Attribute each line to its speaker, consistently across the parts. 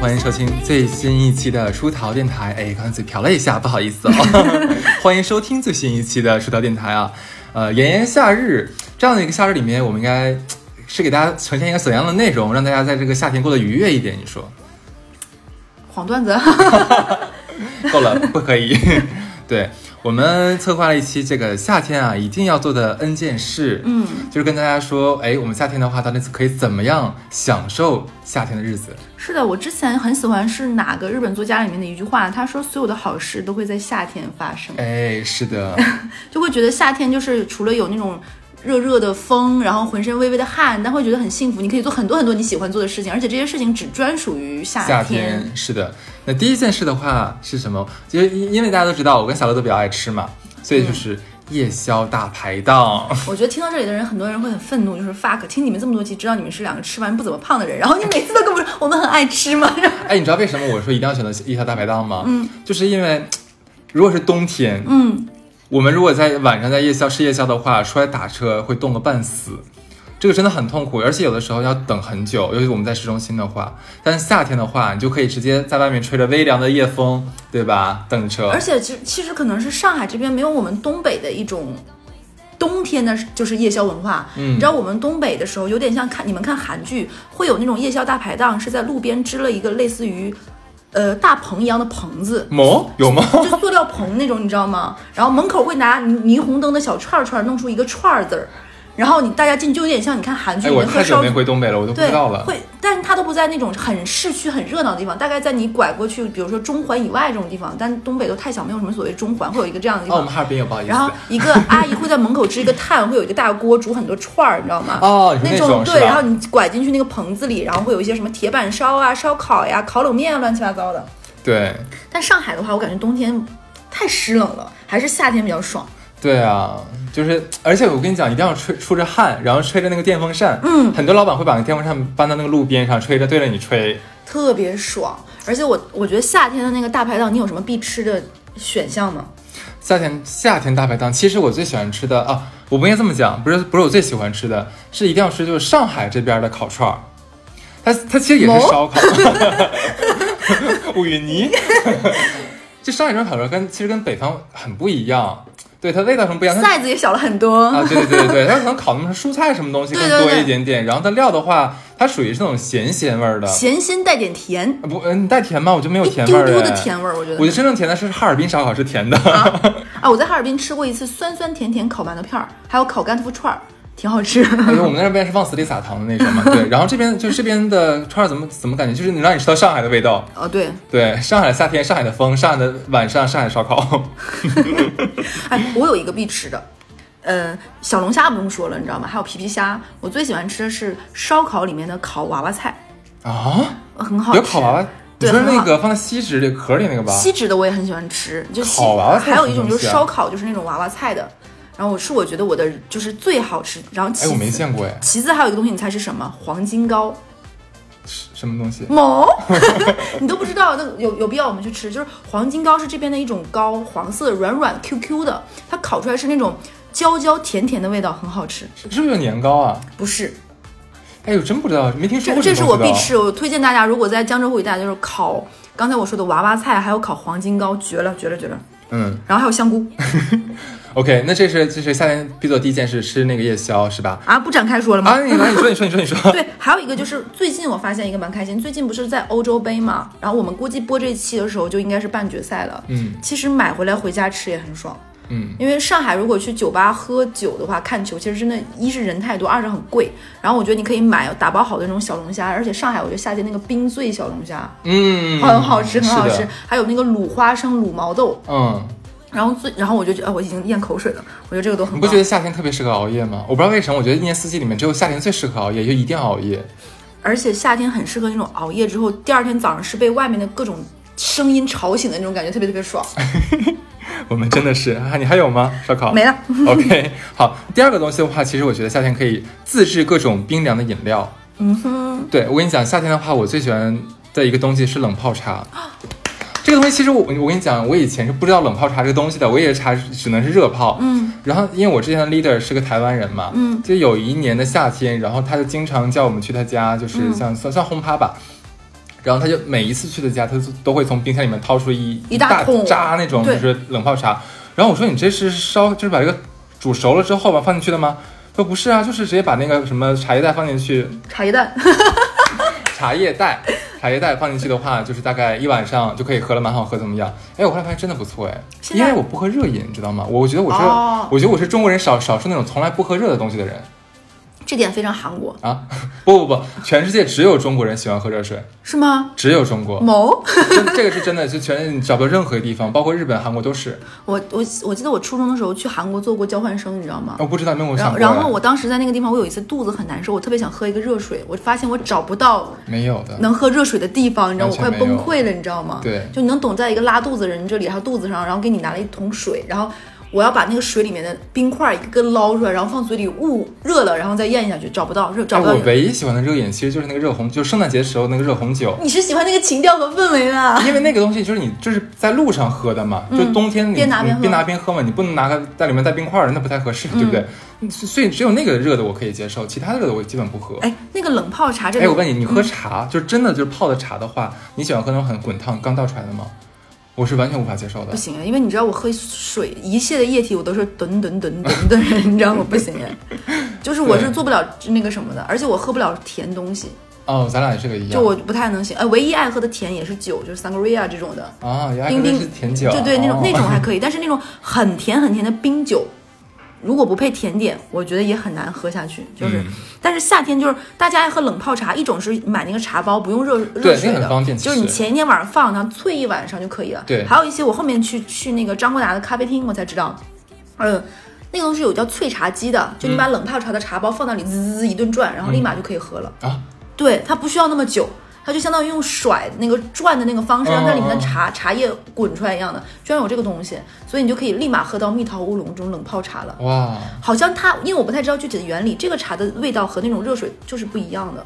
Speaker 1: 欢迎收听最新一期的出逃电台。哎，刚才嘴瓢了一下，不好意思哦。欢迎收听最新一期的出逃电台啊。呃，炎炎夏日这样的一个夏日里面，我们应该是给大家呈现一个怎样的内容，让大家在这个夏天过得愉悦一点？你说
Speaker 2: 黄段子，
Speaker 1: 够了，不可以。 对我们策划了一期这个夏天啊一定要做的 N 件事，
Speaker 2: 嗯，
Speaker 1: 就是跟大家说，哎，我们夏天的话，到底可以怎么样享受夏天的日子？
Speaker 2: 是的，我之前很喜欢是哪个日本作家里面的一句话，他说所有的好事都会在夏天发生，
Speaker 1: 哎，是的，
Speaker 2: 就会觉得夏天就是除了有那种热热的风，然后浑身微微的汗，但会觉得很幸福，你可以做很多很多你喜欢做的事情，而且这些事情只专属于夏
Speaker 1: 夏天是的。那第一件事的话是什么？就因因为大家都知道，我跟小乐都比较爱吃嘛，所以
Speaker 2: 嗯
Speaker 1: 就是夜宵大排 档。
Speaker 2: 我觉得听到这里的人，很多人会很愤怒，就是 fuck，听你们这么多期，知道你们是两个吃完不怎么胖的人，然后你每次都跟我说我们很爱吃 嘛，然后
Speaker 1: 哎，你知道为什么我说一定要选择夜宵大排档吗？嗯，就是因为如果是冬天，
Speaker 2: 嗯，
Speaker 1: 我们如果在晚上在夜宵吃夜宵的话，出来打车会冻个半死，这个真的很痛苦，而且有的时候要等很久，尤其我们在市中心的话。但是夏天的话，你就可以直接在外面吹着微凉的夜风，对吧？等车
Speaker 2: 而，且其实其实可能是上海这边没有我们东北的一种冬天的，就是夜宵文化。
Speaker 1: 嗯
Speaker 2: 你知道我们东北的时候，有点像看你们看韩剧，会有那种夜宵大排档，是在路边支了一个类似于呃大棚一样的棚子。
Speaker 1: 某有吗？
Speaker 2: 就塑料棚那种，你知道吗？然后门口会拿霓霓虹灯的小串儿串儿弄出一个串儿字儿，然后你大家进就有点像你看韩剧
Speaker 1: 哎，
Speaker 2: 里
Speaker 1: 我
Speaker 2: 面喝
Speaker 1: 太久
Speaker 2: 烧
Speaker 1: 没回东北了，我都不
Speaker 2: 对
Speaker 1: 知道，了。
Speaker 2: 会，但是它都不在那种很市区、很热闹的地方，大概在你拐过去，比如说中环以外这种地方。但东北都太小，没有什么所谓中环，会有一个这样的地
Speaker 1: 哦，我
Speaker 2: 方。
Speaker 1: 们哈尔滨有，不好意思
Speaker 2: 然。后一个阿姨会在门口支一个炭，会有一个大锅煮很多串儿，你知道吗？
Speaker 1: 哦，你
Speaker 2: 那
Speaker 1: 说种
Speaker 2: 对，
Speaker 1: 是
Speaker 2: 然后
Speaker 1: 吧？
Speaker 2: 你拐进去那个棚子里，然后会有一些什么铁板烧啊、烧烤呀、烤冷面啊，乱七八糟的。
Speaker 1: 对
Speaker 2: 但上海的话，我感觉冬天太湿冷了，还是夏天比较爽。
Speaker 1: 对啊，就是，而且我跟你讲，一定要吹出着汗，然后吹着那个电风扇。
Speaker 2: 嗯，
Speaker 1: 很多老板会把那电风扇搬到那个路边上，吹着对着你吹。
Speaker 2: 特别爽。而且我我觉得夏天的那个大排档，你有什么必吃的选项吗？
Speaker 1: 夏天夏天大排档，其实我最喜欢吃的啊，我不应该这么讲，不是不是我最喜欢吃的，是一定要吃就是上海这边的烤串儿，它它其实也是
Speaker 2: 某
Speaker 1: 烧烤， 五云泥， 就上海这边烤串儿跟其实跟北方很不一样，对它味道什么不一样，它
Speaker 2: 赛子也小了很多。
Speaker 1: 啊，对对对对对，它可能烤那么蔬菜什么东西更
Speaker 2: 对对
Speaker 1: 多
Speaker 2: 对
Speaker 1: 一点点，然后它料的话，它属于是那种咸咸味儿的，
Speaker 2: 咸鲜带点甜，
Speaker 1: 啊不，嗯，你带甜吗？我就啊没有
Speaker 2: 一
Speaker 1: 甜
Speaker 2: 丢
Speaker 1: 味儿
Speaker 2: 丢的
Speaker 1: 哎
Speaker 2: 甜味儿，我觉
Speaker 1: 我觉
Speaker 2: 得
Speaker 1: 得真正甜的是哈尔滨烧烤是甜的，
Speaker 2: 啊，我在哈尔滨吃过一次酸酸甜甜烤馒头片儿，还有烤干豆腐串儿， 挺好吃。
Speaker 1: 因为 我们那边是往死里撒糖的那种嘛，对。然后这边就是这边的串儿怎么怎么感觉，就是能让你吃到上海的味道，
Speaker 2: 哦，对，
Speaker 1: 对，上海的夏天，上海的风，上海的晚上，上海烧烤。
Speaker 2: 哎，我有一个必吃的，呃，小龙虾不用说了，你知道吗？还有皮皮虾，我最喜欢吃的是烧烤里面的烤娃娃菜，
Speaker 1: 啊，
Speaker 2: 呃很好吃。
Speaker 1: 有烤娃娃，你
Speaker 2: 对
Speaker 1: 说
Speaker 2: 很
Speaker 1: 那
Speaker 2: 好
Speaker 1: 个放在锡纸里壳里那个吧？
Speaker 2: 锡纸的我也很喜欢吃，就锡
Speaker 1: 烤娃娃菜
Speaker 2: 还有一种就是
Speaker 1: 是什么东西啊
Speaker 2: 烧烤，就是那种娃娃菜的。然后我是我觉得我的就是最好吃，然后其
Speaker 1: 哎，我没
Speaker 2: 次
Speaker 1: 见过哎，
Speaker 2: 其次还有一个东西，你猜是什么？黄金糕。
Speaker 1: 什么东西？
Speaker 2: 某， 你都不知道，那有有必要我们去吃？就是黄金糕是这边的一种糕，黄色的软软 Q Q 的，它烤出来是那种焦焦甜甜的味道，很好吃。
Speaker 1: 是是不是有年糕啊？
Speaker 2: 不是，
Speaker 1: 哎，我真不知道，没听说
Speaker 2: 这
Speaker 1: 过
Speaker 2: 这是
Speaker 1: 种
Speaker 2: 我
Speaker 1: 东西
Speaker 2: 必
Speaker 1: 的哦
Speaker 2: 吃，我推荐大家，如果在江浙沪一带，就是烤刚才我说的娃娃菜，还有烤黄金糕，绝了，绝了，绝了。
Speaker 1: 嗯
Speaker 2: 然后还有香菇
Speaker 1: ，OK，那这是这是夏天必做的第一件事，吃那个夜宵是吧？
Speaker 2: 啊，不展开说了吗？
Speaker 1: 啊，你来，你说，你说，你说，你 说。
Speaker 2: 对，还有一个就是最近我发现一个蛮开心，最近不是在欧洲杯嘛，然后我们估计播这期的时候就应该是半决赛了。
Speaker 1: 嗯
Speaker 2: 其实买回来回家吃也很爽。
Speaker 1: 嗯，
Speaker 2: 因为上海如果去酒吧喝酒的话，看球其实真的，一是人太多，二是很贵。然后我觉得你可以买打包好的那种小龙虾，而且上海我觉得夏天那个冰醉小龙虾
Speaker 1: 嗯，
Speaker 2: 很好吃，很好
Speaker 1: 是
Speaker 2: 吃
Speaker 1: 的。。
Speaker 2: 还有那个卤花生、卤毛豆，
Speaker 1: 嗯，
Speaker 2: 然后最，然后我就觉得、啊我已经咽口水了，我觉得这个都很
Speaker 1: 你
Speaker 2: 棒。
Speaker 1: 不觉得夏天特别适合熬夜吗？我不知道为什么，我觉得一年四季里面只有夏天最适合熬夜，就一定要熬夜。
Speaker 2: 而且夏天很适合那种熬夜之后，第二天早上是被外面的各种声音吵醒的那种感觉，特别特别爽。
Speaker 1: 哎我们真的是，啊、你还有吗？烧烤
Speaker 2: 没了。
Speaker 1: OK，好。第二个东西的话，其实我觉得夏天可以自制各种冰凉的饮料。
Speaker 2: 嗯哼，
Speaker 1: 对我跟你讲，夏天的话，我最喜欢的一个东西是冷泡茶。这个东西其实我我跟你讲，我以前是不知道冷泡茶这个东西的，我以为茶只能是热泡。
Speaker 2: 嗯，
Speaker 1: 然后因为我之前的 leader 是个台湾人嘛，
Speaker 2: 嗯，
Speaker 1: 就
Speaker 2: 嗯
Speaker 1: 有一年的夏天，然后他就经常叫我们去他家，就是像、算算轰趴吧。然后他就每一次去的家，他都都会从冰箱里面掏出一
Speaker 2: 一大
Speaker 1: 大
Speaker 2: 桶
Speaker 1: 扎那种就
Speaker 2: 对
Speaker 1: 是冷泡茶。然后我说你这是烧，就是把这个煮熟了之后吧放进去的吗？他说不是啊，就是直接把那个什么茶叶蛋放进去，
Speaker 2: 茶叶蛋，
Speaker 1: 茶叶袋，茶叶袋放进去的话，就是大概一晚上就可以喝了，蛮好喝，怎么样？哎，我后来发现真的不错哎，
Speaker 2: 现
Speaker 1: 因
Speaker 2: 在
Speaker 1: 为我不喝热饮，你知道吗？我觉得我是，
Speaker 2: 哦
Speaker 1: 我觉得我是中国人少少数那种从来不喝热的东西的人
Speaker 2: 这点非常韩国，
Speaker 1: 啊！ 不不不，全世界只有中国人喜欢喝热水，
Speaker 2: 是吗？
Speaker 1: 只有中 国，
Speaker 2: 某，
Speaker 1: 这这个是真的，就全世界你找不到任何地方，包括日本、韩国都是。
Speaker 2: 我我我记得我初中的时候去韩国做过交换生，你知道吗？
Speaker 1: 我不知道有没有
Speaker 2: 然
Speaker 1: 想
Speaker 2: 后，
Speaker 1: 过
Speaker 2: 然后
Speaker 1: 哎
Speaker 2: 我当时在那个地方，我有一次肚子很难受，我特别想喝一个热水，我发现我找不到
Speaker 1: 没有的，
Speaker 2: 能喝热水的地方，你知道我快
Speaker 1: 完全没
Speaker 2: 崩
Speaker 1: 有
Speaker 2: 溃了，你知道吗？
Speaker 1: 对
Speaker 2: 就你能懂，在一个拉肚子的人这里，还有肚子上，然后给你拿了一桶水，然后我要把那个水里面的冰块一个个捞出来，然后放嘴里捂热了，然后再咽下去，找不到，热找
Speaker 1: 哎，
Speaker 2: 不到
Speaker 1: 我
Speaker 2: 一个。
Speaker 1: 唯一喜欢的热饮其实就是那个热红，就圣诞节时候那个热红 酒。
Speaker 2: 你是喜欢那个情调和氛围的，啊
Speaker 1: 因为那个东西就是你就是在路上喝的嘛，就冬天你
Speaker 2: 嗯边拿边
Speaker 1: 你
Speaker 2: 喝
Speaker 1: 边拿边喝嘛，你不能拿个在里面带冰块儿，那不太合适，对不对？所所以只有那个热的我可以接受，其他的热的我基本不喝。
Speaker 2: 嗯哎，嗯那个冷泡茶这
Speaker 1: 哎，我
Speaker 2: 个
Speaker 1: 问你，你喝茶、就是真的就是泡的茶的话，你喜欢喝那种很滚烫刚倒出来的吗？我是完全无法接受的
Speaker 2: 不。行啊，因为你知道我喝水一切的液体我都是吨吨吨吨的人，你知道我不行啊， 就是我是
Speaker 1: 对
Speaker 2: 做不了那个什么的，而且我喝不了甜东西。
Speaker 1: 哦，咱俩也是个一
Speaker 2: 就
Speaker 1: 样。
Speaker 2: 我不太能行，哎，唯一爱喝的甜也是酒，就是 sangria 这种的，
Speaker 1: 啊，原来
Speaker 2: 冰
Speaker 1: 喝的
Speaker 2: 冰
Speaker 1: 是甜酒啊，
Speaker 2: 对对，那种、
Speaker 1: 哦
Speaker 2: 那种还可以，但是那种很甜很甜的冰酒，如果不配甜点，我觉得也很难喝下去。就是，
Speaker 1: 嗯
Speaker 2: 但是夏天就是大家爱喝冷泡茶，一种是买那个茶包不用热热
Speaker 1: 对
Speaker 2: 水
Speaker 1: 那
Speaker 2: 的
Speaker 1: 很，方便其
Speaker 2: 就
Speaker 1: 实
Speaker 2: 是你前一天晚上放，然后萃一晚上就可以了。
Speaker 1: 对
Speaker 2: 还有一些我后面去去那个张国达的咖啡厅，我才知道，嗯。那个东西有叫萃茶机的，
Speaker 1: 嗯
Speaker 2: 就你把冷泡茶的茶包放那里，滋滋滋一顿转，然后立马就可以喝了。
Speaker 1: 啊，
Speaker 2: 对，它不需要那么久，它就相当于用甩那个转的那个方
Speaker 1: 嗯
Speaker 2: 式，让它里面的茶茶叶滚出来一样的，居然有这个东西，所以你就可以立马喝到蜜桃乌龙这种冷泡茶了。
Speaker 1: 哇，
Speaker 2: 好像它，因为我不太知道具体的原理，这个茶的味道和那种热水就是不一样的，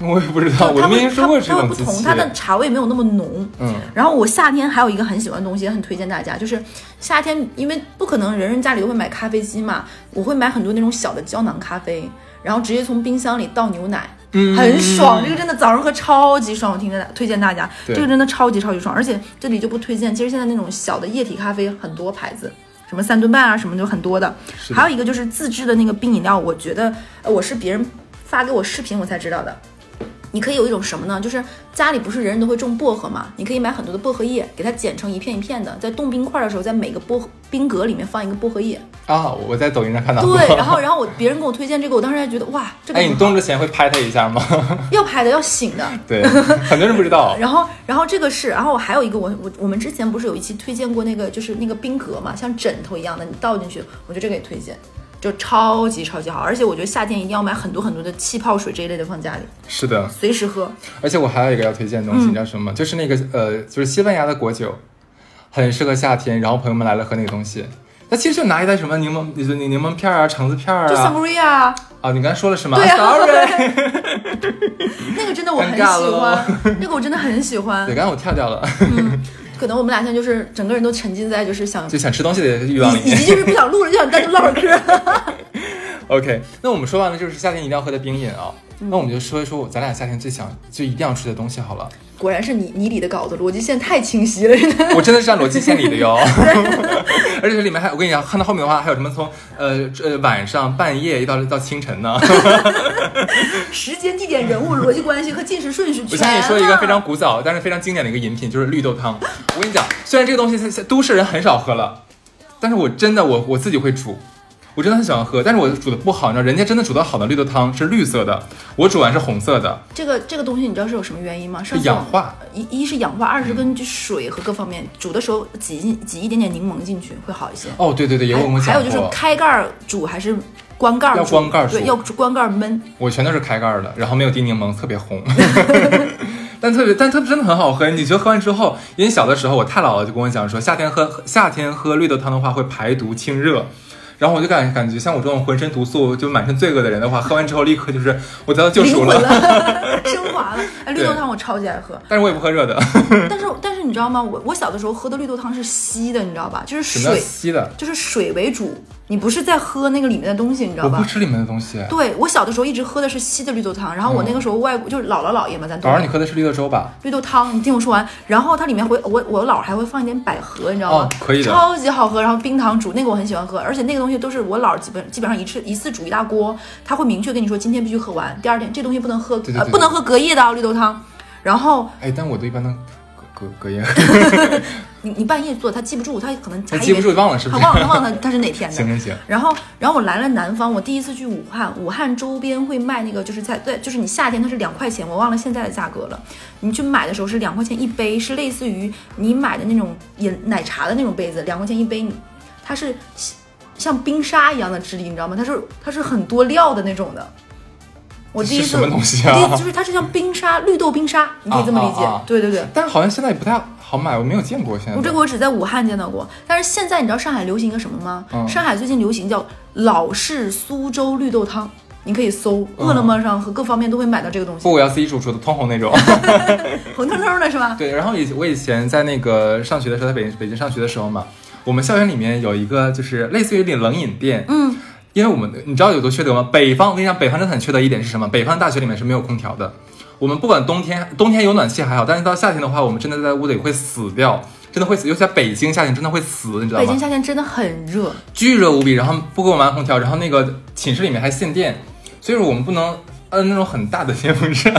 Speaker 1: 我也不知道，
Speaker 2: 就
Speaker 1: 我都
Speaker 2: 它
Speaker 1: 没
Speaker 2: 会
Speaker 1: 听
Speaker 2: 它
Speaker 1: 说过
Speaker 2: 会
Speaker 1: 这
Speaker 2: 它
Speaker 1: 种
Speaker 2: 会不
Speaker 1: 机
Speaker 2: 同，
Speaker 1: 器。
Speaker 2: 它的茶味没有那么浓。
Speaker 1: 嗯，
Speaker 2: 然后我夏天还有一个很喜欢的东西，也很推荐大家，就是夏天，因为不可能人人家里都会买咖啡机嘛，我会买很多那种小的胶囊咖啡，然后直接从冰箱里倒牛奶，
Speaker 1: 嗯
Speaker 2: 很爽。这个真的早上喝超级爽，我听着推荐大家，
Speaker 1: 对
Speaker 2: 这个真的超级超级爽。而且这里就不推荐，其实现在那种小的液体咖啡很多牌子。什么三顿半啊，什么就很多的，
Speaker 1: 是的
Speaker 2: 还有一个就是自制的那个冰饮料，我觉得呃我是别人发给我视频我才知道的，你可以有一种什么呢？就是家里不是人人都会种薄荷嘛？你可以买很多的薄荷叶，给它剪成一片一片的，在冻冰块的时候，在每个薄荷冰格里面放一个薄 荷叶。
Speaker 1: 啊，我在抖音上看到过。
Speaker 2: 对，然后然后我别人给我推荐这个，我当时还觉得哇，这 个
Speaker 1: 哎，你动之前会拍它一下吗？
Speaker 2: 要拍的要醒的。
Speaker 1: 对，很多人不知道。
Speaker 2: 然后，然后这个是，然后我还有一个，我我我们之前不是有一期推荐过那个，就是那个冰格嘛，像枕头一样的，你倒进去，我觉得这个也推荐，就超级超级好，而且我觉得夏天一定要买很多很多的气泡水这一类的放家里，
Speaker 1: 是的，
Speaker 2: 随时喝。
Speaker 1: 而且我还有一个要推荐的东西，你
Speaker 2: 嗯
Speaker 1: 知道什么吗？就是那个呃，就是西班牙的果酒，很适合夏天。然后朋友们来了喝那个东西，那其实就拿一袋什么柠檬、就是柠檬片儿啊、橙子片儿
Speaker 2: 就
Speaker 1: 啊。
Speaker 2: sangria，
Speaker 1: 啊，你刚才说了什么
Speaker 2: 对啊
Speaker 1: Sorry，
Speaker 2: 那个真的我很
Speaker 1: 尴尬
Speaker 2: 喜
Speaker 1: 了哦
Speaker 2: 欢，那个我真的很喜欢
Speaker 1: 对，。刚才我跳掉了，
Speaker 2: 可能我们俩现在就是整个人都沉浸在就是想，
Speaker 1: 就想吃东西的欲望里
Speaker 2: 以以
Speaker 1: 面。
Speaker 2: 及就是不想录了，就想单独唠会儿 嗑。
Speaker 1: OK，那我们说完了就是夏天一定要喝的冰饮啊、
Speaker 2: 嗯
Speaker 1: 那我们就说一说咱俩夏天最想就一定要吃的东西好了。
Speaker 2: 果然是你你理的稿子，逻辑线太清晰了，真的。
Speaker 1: 我真的是按逻辑线理的哟， 而且这里面还我跟你讲，看到后面的话还有什么从呃呃晚上半夜一到到清晨呢？
Speaker 2: 啊时间、地点、人物、逻辑关系和进食顺序全。
Speaker 1: 我先给你说一个非常。古早但是非常经典的一个饮品，就是绿豆汤。我跟你讲，虽然这个东西在在都市人很少喝了，但是我真的我我自己会煮，我真的很喜欢喝，但是我煮的不好，你知道，人家真的煮的好的绿豆汤是绿色的，我煮完是红色的，
Speaker 2: 这个这个东西你知道是有什么原因吗？上
Speaker 1: 是
Speaker 2: 次
Speaker 1: 氧化。嗯
Speaker 2: 一一是氧化，二是根据水和各方面煮的时候挤进挤一点点柠檬进去会好一些。
Speaker 1: 哦，对对对，也有
Speaker 2: 还
Speaker 1: 我们
Speaker 2: 还
Speaker 1: 讲
Speaker 2: 有就是
Speaker 1: 过，
Speaker 2: 开盖儿煮还是关盖儿煮？
Speaker 1: 要关盖儿煮
Speaker 2: 对，要关盖儿焖。
Speaker 1: 我全都是开盖儿的，然后没有滴柠檬，特别红。 但特别，但特真的很好喝。你觉得喝完之后，因为小的时候我太姥姥就跟我讲说，夏天喝夏天喝绿豆汤的话会排毒清热。然后我就感感觉像我这种浑身毒素就满身罪恶的人的话，喝完之后立刻就是我得到救赎
Speaker 2: 灵魂
Speaker 1: 了，
Speaker 2: 了，升华了。哎，绿豆汤我超级爱喝，
Speaker 1: 但是我也不喝热的，
Speaker 2: 但是但是你知道吗？我我小的时候喝的绿豆汤是稀的，你知道吧？就是
Speaker 1: 什么叫
Speaker 2: 水，
Speaker 1: 稀的？
Speaker 2: 就是水为主，你不是在喝那个里面的东西，你知道
Speaker 1: 我不
Speaker 2: 吧？
Speaker 1: 吃里面的东西。
Speaker 2: 对我小的时候一直喝的是稀的绿豆汤，然后我那个时候外国、就是姥姥姥爷嘛，咱
Speaker 1: 嗯早
Speaker 2: 东
Speaker 1: 上你
Speaker 2: 北
Speaker 1: 喝的是绿豆粥吧？
Speaker 2: 绿豆汤，你听我说完，然后它里面会我我姥儿还会放一点百合，你知道吗？
Speaker 1: 哦可以的
Speaker 2: 超级好喝。然后冰糖煮那个我很喜欢喝，而且那个东西都是我姥儿基本基本上一次一次煮一大锅，他会明确跟你说今天必须喝完，第二天这东西不能喝
Speaker 1: 对对
Speaker 2: 呃
Speaker 1: 对
Speaker 2: 不能喝隔夜的啊绿豆汤。然后
Speaker 1: 哎，但我都一般都隔隔隔夜，
Speaker 2: 你你半夜做，他记不住，他可能
Speaker 1: 我
Speaker 2: 还以
Speaker 1: 记
Speaker 2: 为
Speaker 1: 不住忘了是
Speaker 2: 他
Speaker 1: 不是？
Speaker 2: 忘了忘了他是哪天 的
Speaker 1: 行。行行，
Speaker 2: 然后，然后我来了南方，我第一次去武汉，武汉周边会卖那个，就是在对，就是你夏天它是两块钱，我忘了现在的价格了。你去买的时候是两块钱一杯，是类似于你买的那种饮奶茶的那种杯子，两块钱一杯，你它是像像冰沙一样的质地，你知道吗？它是它是很多料的那种的。我第一
Speaker 1: 这是
Speaker 2: 次
Speaker 1: 什么东西
Speaker 2: 第一
Speaker 1: 啊
Speaker 2: 次？就是它是像冰沙，绿豆冰沙，你可以这么理解。
Speaker 1: 啊啊啊
Speaker 2: 对对对。
Speaker 1: 但是好像现在也不太好买，我没有见过现在。
Speaker 2: 我这个我只在武汉见到过，但是现在你知道上海流行一个什么吗？
Speaker 1: 嗯
Speaker 2: 上海最近流行叫老式苏州绿豆汤，你可以搜，
Speaker 1: 嗯
Speaker 2: 饿了么上和各方面都会买到这个东西
Speaker 1: 不，，我要自己煮煮的通红那种。
Speaker 2: 红彤彤的是吧？
Speaker 1: 对，然后以我以前在那个上学的时候，在北京北京上学的时候嘛，我们校园里面有一个就是类似于冷冷饮店，
Speaker 2: 嗯，
Speaker 1: 因为我们你知道有多缺德吗？北方我跟你讲，北方真的很缺德一点是什么？北方大学里面是没有空调的。我们不管冬天，冬天有暖气还好，但是到夏天的话，我们真的在屋里会死掉，真的会死，尤其在北京夏天真的会死，你知道
Speaker 2: 北京
Speaker 1: 吗？
Speaker 2: 夏天真的很热，
Speaker 1: 巨热无比，然后不给我们安空调，然后那个寝室里面还限电，所以说我们不能摁那种很大的电风扇，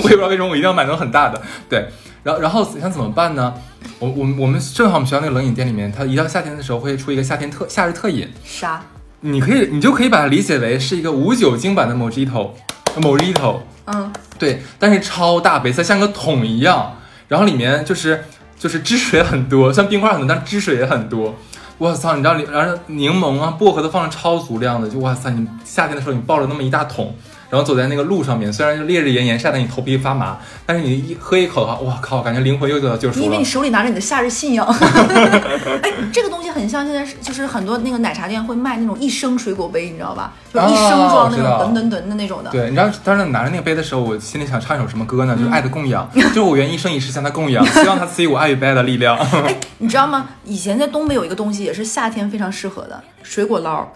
Speaker 1: 我也不知道为什么我一定要买那种很大的，对，然后然后想怎么办呢？我我们我们正好我们学校那个冷饮店里面，它一到夏天的时候会出一个夏天特夏日特饮，
Speaker 2: 啥？
Speaker 1: 你可以，你就可以把它理解为是一个无酒精版的 Mojito，Mojito，
Speaker 2: 嗯，
Speaker 1: 对，但是超大杯，它像个桶一样，然后里面就是就是汁水很多， 像冰块很多，但是汁水也很多。我操，你知道里，然后柠檬啊、薄荷都放的超足量的，就哇塞，你夏天的时候你抱着那么一大桶，然后走在那个路上面，虽然就烈日炎炎晒得你头皮发麻，但是你一喝一口的话，哇靠，感觉灵魂又得到救
Speaker 2: 你
Speaker 1: 赎
Speaker 2: 以为
Speaker 1: 了
Speaker 2: 你。手里拿着你的夏日 信仰？哎，这个东西很像现在是就是很多那个奶茶店会卖那种一升水果杯，你知道吧？就是一升
Speaker 1: 哦
Speaker 2: 装
Speaker 1: 我
Speaker 2: 那
Speaker 1: 知
Speaker 2: 种
Speaker 1: 道
Speaker 2: 等等等的那种的。
Speaker 1: 对，你知道当时拿着那个杯的时候，我心里想唱一首什么歌呢？就是《爱的供养》， 就是我愿一生一世向他供养，希望他赐予我爱与被爱的力量。
Speaker 2: 哎，你知道吗？以前在东北有一个东西也是夏天非常适合的水果捞。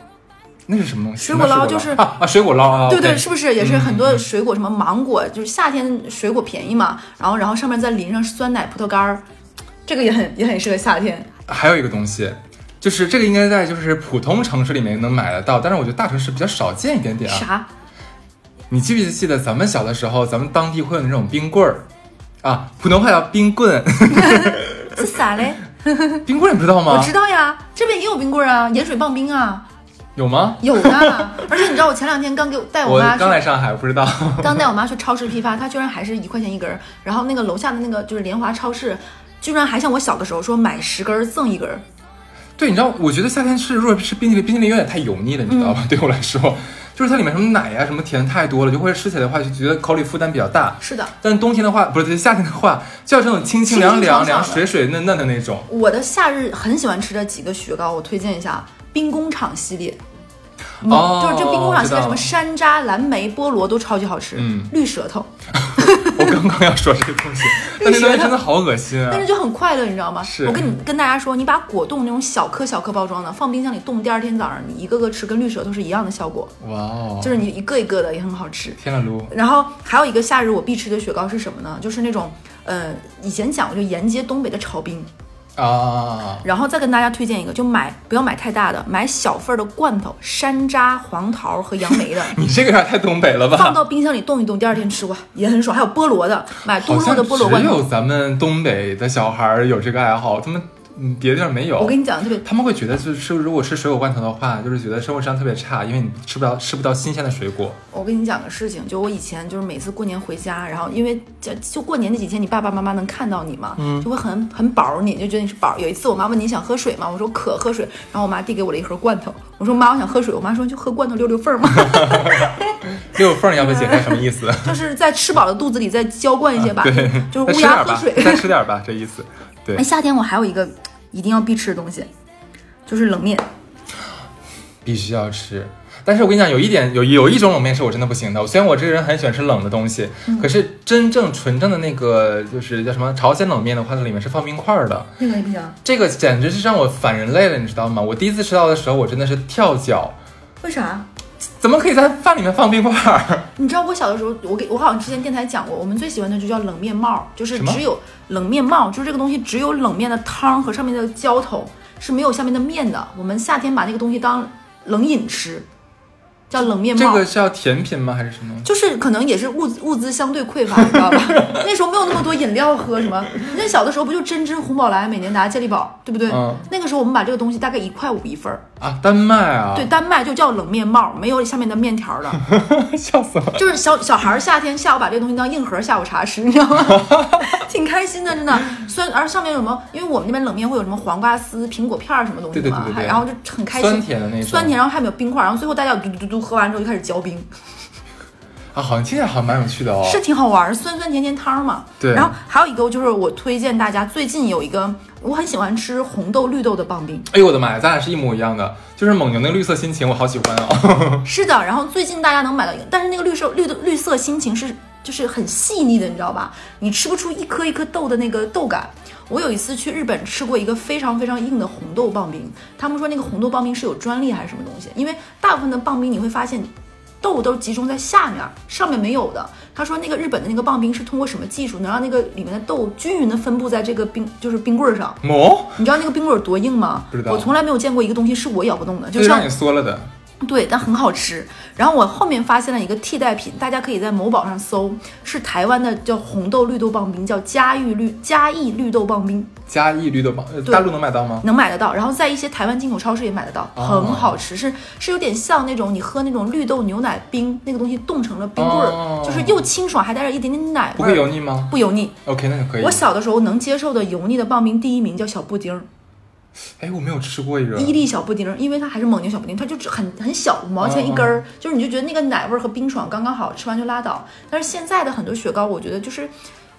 Speaker 1: 那是什么东西？
Speaker 2: 水果捞
Speaker 1: 什么
Speaker 2: 就是
Speaker 1: 啊啊，水果捞啊，
Speaker 2: 对
Speaker 1: OK 嗯
Speaker 2: 对，是不是也是很多水果，什么芒果，就是夏天水果便宜嘛，然后然后上面再淋上酸奶、葡萄干儿，这个也很也很适合夏天。
Speaker 1: 还有一个东西，就是这个应该在就是普通城市里面能买得到，但是我觉得大城市比较少见一点点啊。
Speaker 2: 啥？
Speaker 1: 你记不记得咱们小的时候，咱们当地会有那种冰棍儿啊，普通话叫冰棍，
Speaker 2: 是啥嘞？
Speaker 1: 冰棍儿你不知道
Speaker 2: 我
Speaker 1: 吗？
Speaker 2: 知道呀，这边也有冰棍儿啊，盐水棒冰啊，
Speaker 1: 有吗？
Speaker 2: 有的。而且你知道，我前两天刚给我带我
Speaker 1: 我
Speaker 2: 妈去
Speaker 1: 刚来上海，我不知道。
Speaker 2: 刚带我妈去超市批发，她居然还是一块钱一根儿。然后那个楼下的那个就是联华超市，居然还像我小的时候说买十根儿赠一根儿。
Speaker 1: 对，你知道，我觉得夏天吃如果吃冰淇淋，冰淇淋有点太油腻了，你知道吧？对我来说，就是它里面什么奶呀、什么甜太多了，就会吃起来的话就觉得口里负担比较大。
Speaker 2: 是的，
Speaker 1: 但冬天的话，不是夏天的话，就要这种清清凉凉、凉水水嫩嫩的那种。
Speaker 2: 我的夏日很喜欢吃的几个雪糕，我推荐一下冰工厂系列。嗯
Speaker 1: 哦
Speaker 2: 就是这冰工厂系列，
Speaker 1: 知道
Speaker 2: 什么山楂、蓝莓、菠萝都超级好吃，
Speaker 1: 嗯
Speaker 2: 绿舌头，
Speaker 1: 我刚刚要说这个东 西，但那东西真的好恶心啊
Speaker 2: 但！是就很快乐，你知道吗？
Speaker 1: 是
Speaker 2: 我跟你跟大家说，你把果冻那种小颗小颗包装的放冰箱里冻，第二天早上你一个个吃，跟绿舌头是一样的效果，
Speaker 1: 哇哦，
Speaker 2: 就是你一个一个的也很好吃。
Speaker 1: 天了噜，
Speaker 2: 然后还有一个夏日我必吃的雪糕是什么呢？就是那种，呃，以前讲过就沿街东北的炒冰，
Speaker 1: 啊！，
Speaker 2: 然后再跟大家推荐一个，就买不要买太大的，买小份儿的罐头，山楂、黄桃和杨梅的
Speaker 1: 你这个有点太东北了
Speaker 2: 放
Speaker 1: 吧？
Speaker 2: 到冰箱里冻一冻，第二天吃哇也很爽。还有菠萝的，买多
Speaker 1: 好
Speaker 2: 肉
Speaker 1: 像
Speaker 2: 的菠萝罐
Speaker 1: 只有
Speaker 2: 头。
Speaker 1: 咱们东北的小孩儿有这个爱好，他们嗯别的地儿没有。
Speaker 2: 我跟你讲，特别
Speaker 1: 他们会觉得，就是如果吃水果罐头的话，就是觉得生活质量特别差，因为你吃不到吃不到新鲜的水 果。
Speaker 2: 我跟你讲个事情，就我以前就是每次过年回家，然后因为就就过年那几天，你爸爸妈妈能看到你嘛，
Speaker 1: 嗯
Speaker 2: 就会很很饱你，就觉得你是饱。有一次我妈问你想喝水吗？我说渴，喝水。然后我妈递给我了一盒罐头，我说妈，我想喝水。我妈说就喝罐头溜溜缝儿嘛，
Speaker 1: 六缝，你要不要解开什么意思？
Speaker 2: 就是在吃饱了肚子里再浇灌一些 吧，
Speaker 1: 啊对，
Speaker 2: 就是乌
Speaker 1: 再
Speaker 2: 鸦
Speaker 1: 吃点
Speaker 2: 喝
Speaker 1: 吧
Speaker 2: 水。，
Speaker 1: 再吃点吧，这意思。对
Speaker 2: 哎，，夏天我还有一个一定要必吃的东西，就是冷面。
Speaker 1: 必须要吃。但是我跟你讲，有一点有有一种冷面是我真的不行的。虽然我这个人很喜欢吃冷的东西，
Speaker 2: 嗯
Speaker 1: 可是真正纯正的那个就是叫什么朝鲜冷面的话，它里面是放冰块儿的。
Speaker 2: 那个也不行，
Speaker 1: 这个简直是让我反人类了，你知道吗？我第一次吃到的时候，我真的是跳脚，
Speaker 2: 为啥？
Speaker 1: 怎么可以在饭里面放冰块 儿？
Speaker 2: 你知道我小的时候，我给我好像之前电台讲过，我们最喜欢的就叫冷面帽，就是
Speaker 1: 什么
Speaker 2: 只有冷面帽，就是这个东西只有冷面的汤和上面的浇头是没有下面的面的。我们夏天把那个东西当冷饮吃，叫冷面
Speaker 1: 这
Speaker 2: 帽。
Speaker 1: 个是要甜品吗？还是什么？
Speaker 2: 就是可能也是物资物资相对匮 乏，你知道吧？那时候没有那么多饮料喝，什么？那小的时候不就针织、红宝来、美年达、健力宝，对不对？
Speaker 1: 嗯
Speaker 2: 那个时候我们把这个东西大概一块五一份儿，
Speaker 1: 啊，丹麦啊，
Speaker 2: 对，，丹麦就叫冷面帽，没有下面的面条儿的。
Speaker 1: 笑死我了。
Speaker 2: 就是小小孩儿夏天下午把这个东西当硬核下午茶吃，你知道吗？ 挺开心的，真的。虽然而上面有什么，因为我们那边冷面会有什么黄瓜丝、苹果片儿什么东西
Speaker 1: 对对
Speaker 2: 嘛，
Speaker 1: 对对
Speaker 2: 还
Speaker 1: 对
Speaker 2: 然后就很开心，
Speaker 1: 酸甜的那种
Speaker 2: 酸甜，然后还没有冰块儿，然后最后大家有嘟嘟嘟嘟喝完之后就开始嚼冰，
Speaker 1: 啊，好像听起来好像蛮有趣的哦。
Speaker 2: 是挺好玩儿，酸酸甜甜汤儿嘛。
Speaker 1: 对
Speaker 2: 然后还有一个就是我推荐大家，最近有一个我很喜欢吃红豆绿豆的棒冰，
Speaker 1: 哎呦我的妈呀，咱俩是一模一样的，就是蒙牛那个绿色心情，我好喜欢哦。
Speaker 2: 是的，然后最近大家能买到一个，但是那个绿色绿的绿色心情是就是很细腻的，你知道吧？你吃不出一颗一颗豆的那个豆感。我有一次去日本吃过一个非常非常硬的红豆棒冰，他们说那个红豆棒冰是有专利还是什么东西，因为大部分的棒冰你会发现。豆都集中在下面，上面没有的。他说那个日本的那个棒冰是通过什么技术能让那个里面的豆均匀的分布在这个冰就是冰棍儿上？
Speaker 1: 哦，
Speaker 2: 你知道那个冰棍儿有多硬吗？
Speaker 1: 不知道
Speaker 2: 我从来没有见过一个东西是我咬不动的，
Speaker 1: 就
Speaker 2: 就是像
Speaker 1: 让你缩了的。
Speaker 2: 对，但很好吃。然后我后面发现了一个替代品，大家可以在某宝上搜，是台湾的叫红豆绿豆棒冰，叫嘉裕绿嘉义绿豆棒冰，
Speaker 1: 嘉义绿豆棒，呃
Speaker 2: 对
Speaker 1: 大陆能买到吗？
Speaker 2: 能买得到。然后在一些台湾进口超市也买得到，
Speaker 1: 哦
Speaker 2: 很好吃，是是有点像那种你喝那种绿豆牛奶冰，那个东西冻成了冰棍儿，
Speaker 1: 哦
Speaker 2: 就是又清爽还带着一点点奶
Speaker 1: 不
Speaker 2: 味儿，
Speaker 1: 会油腻吗
Speaker 2: 不油腻。
Speaker 1: ？OK，那就可以
Speaker 2: 我。小的时候能接受的油腻的棒冰，第一名叫小布丁儿，
Speaker 1: 哎，我没有吃过一个。
Speaker 2: 伊利小布丁儿，因为它还是蒙牛小布丁，它就只很很小，五毛钱一根
Speaker 1: 嗯
Speaker 2: 儿，就是你就觉得那个奶味儿和冰爽刚刚好，吃完就拉倒。但是现在的很多雪糕，我觉得就是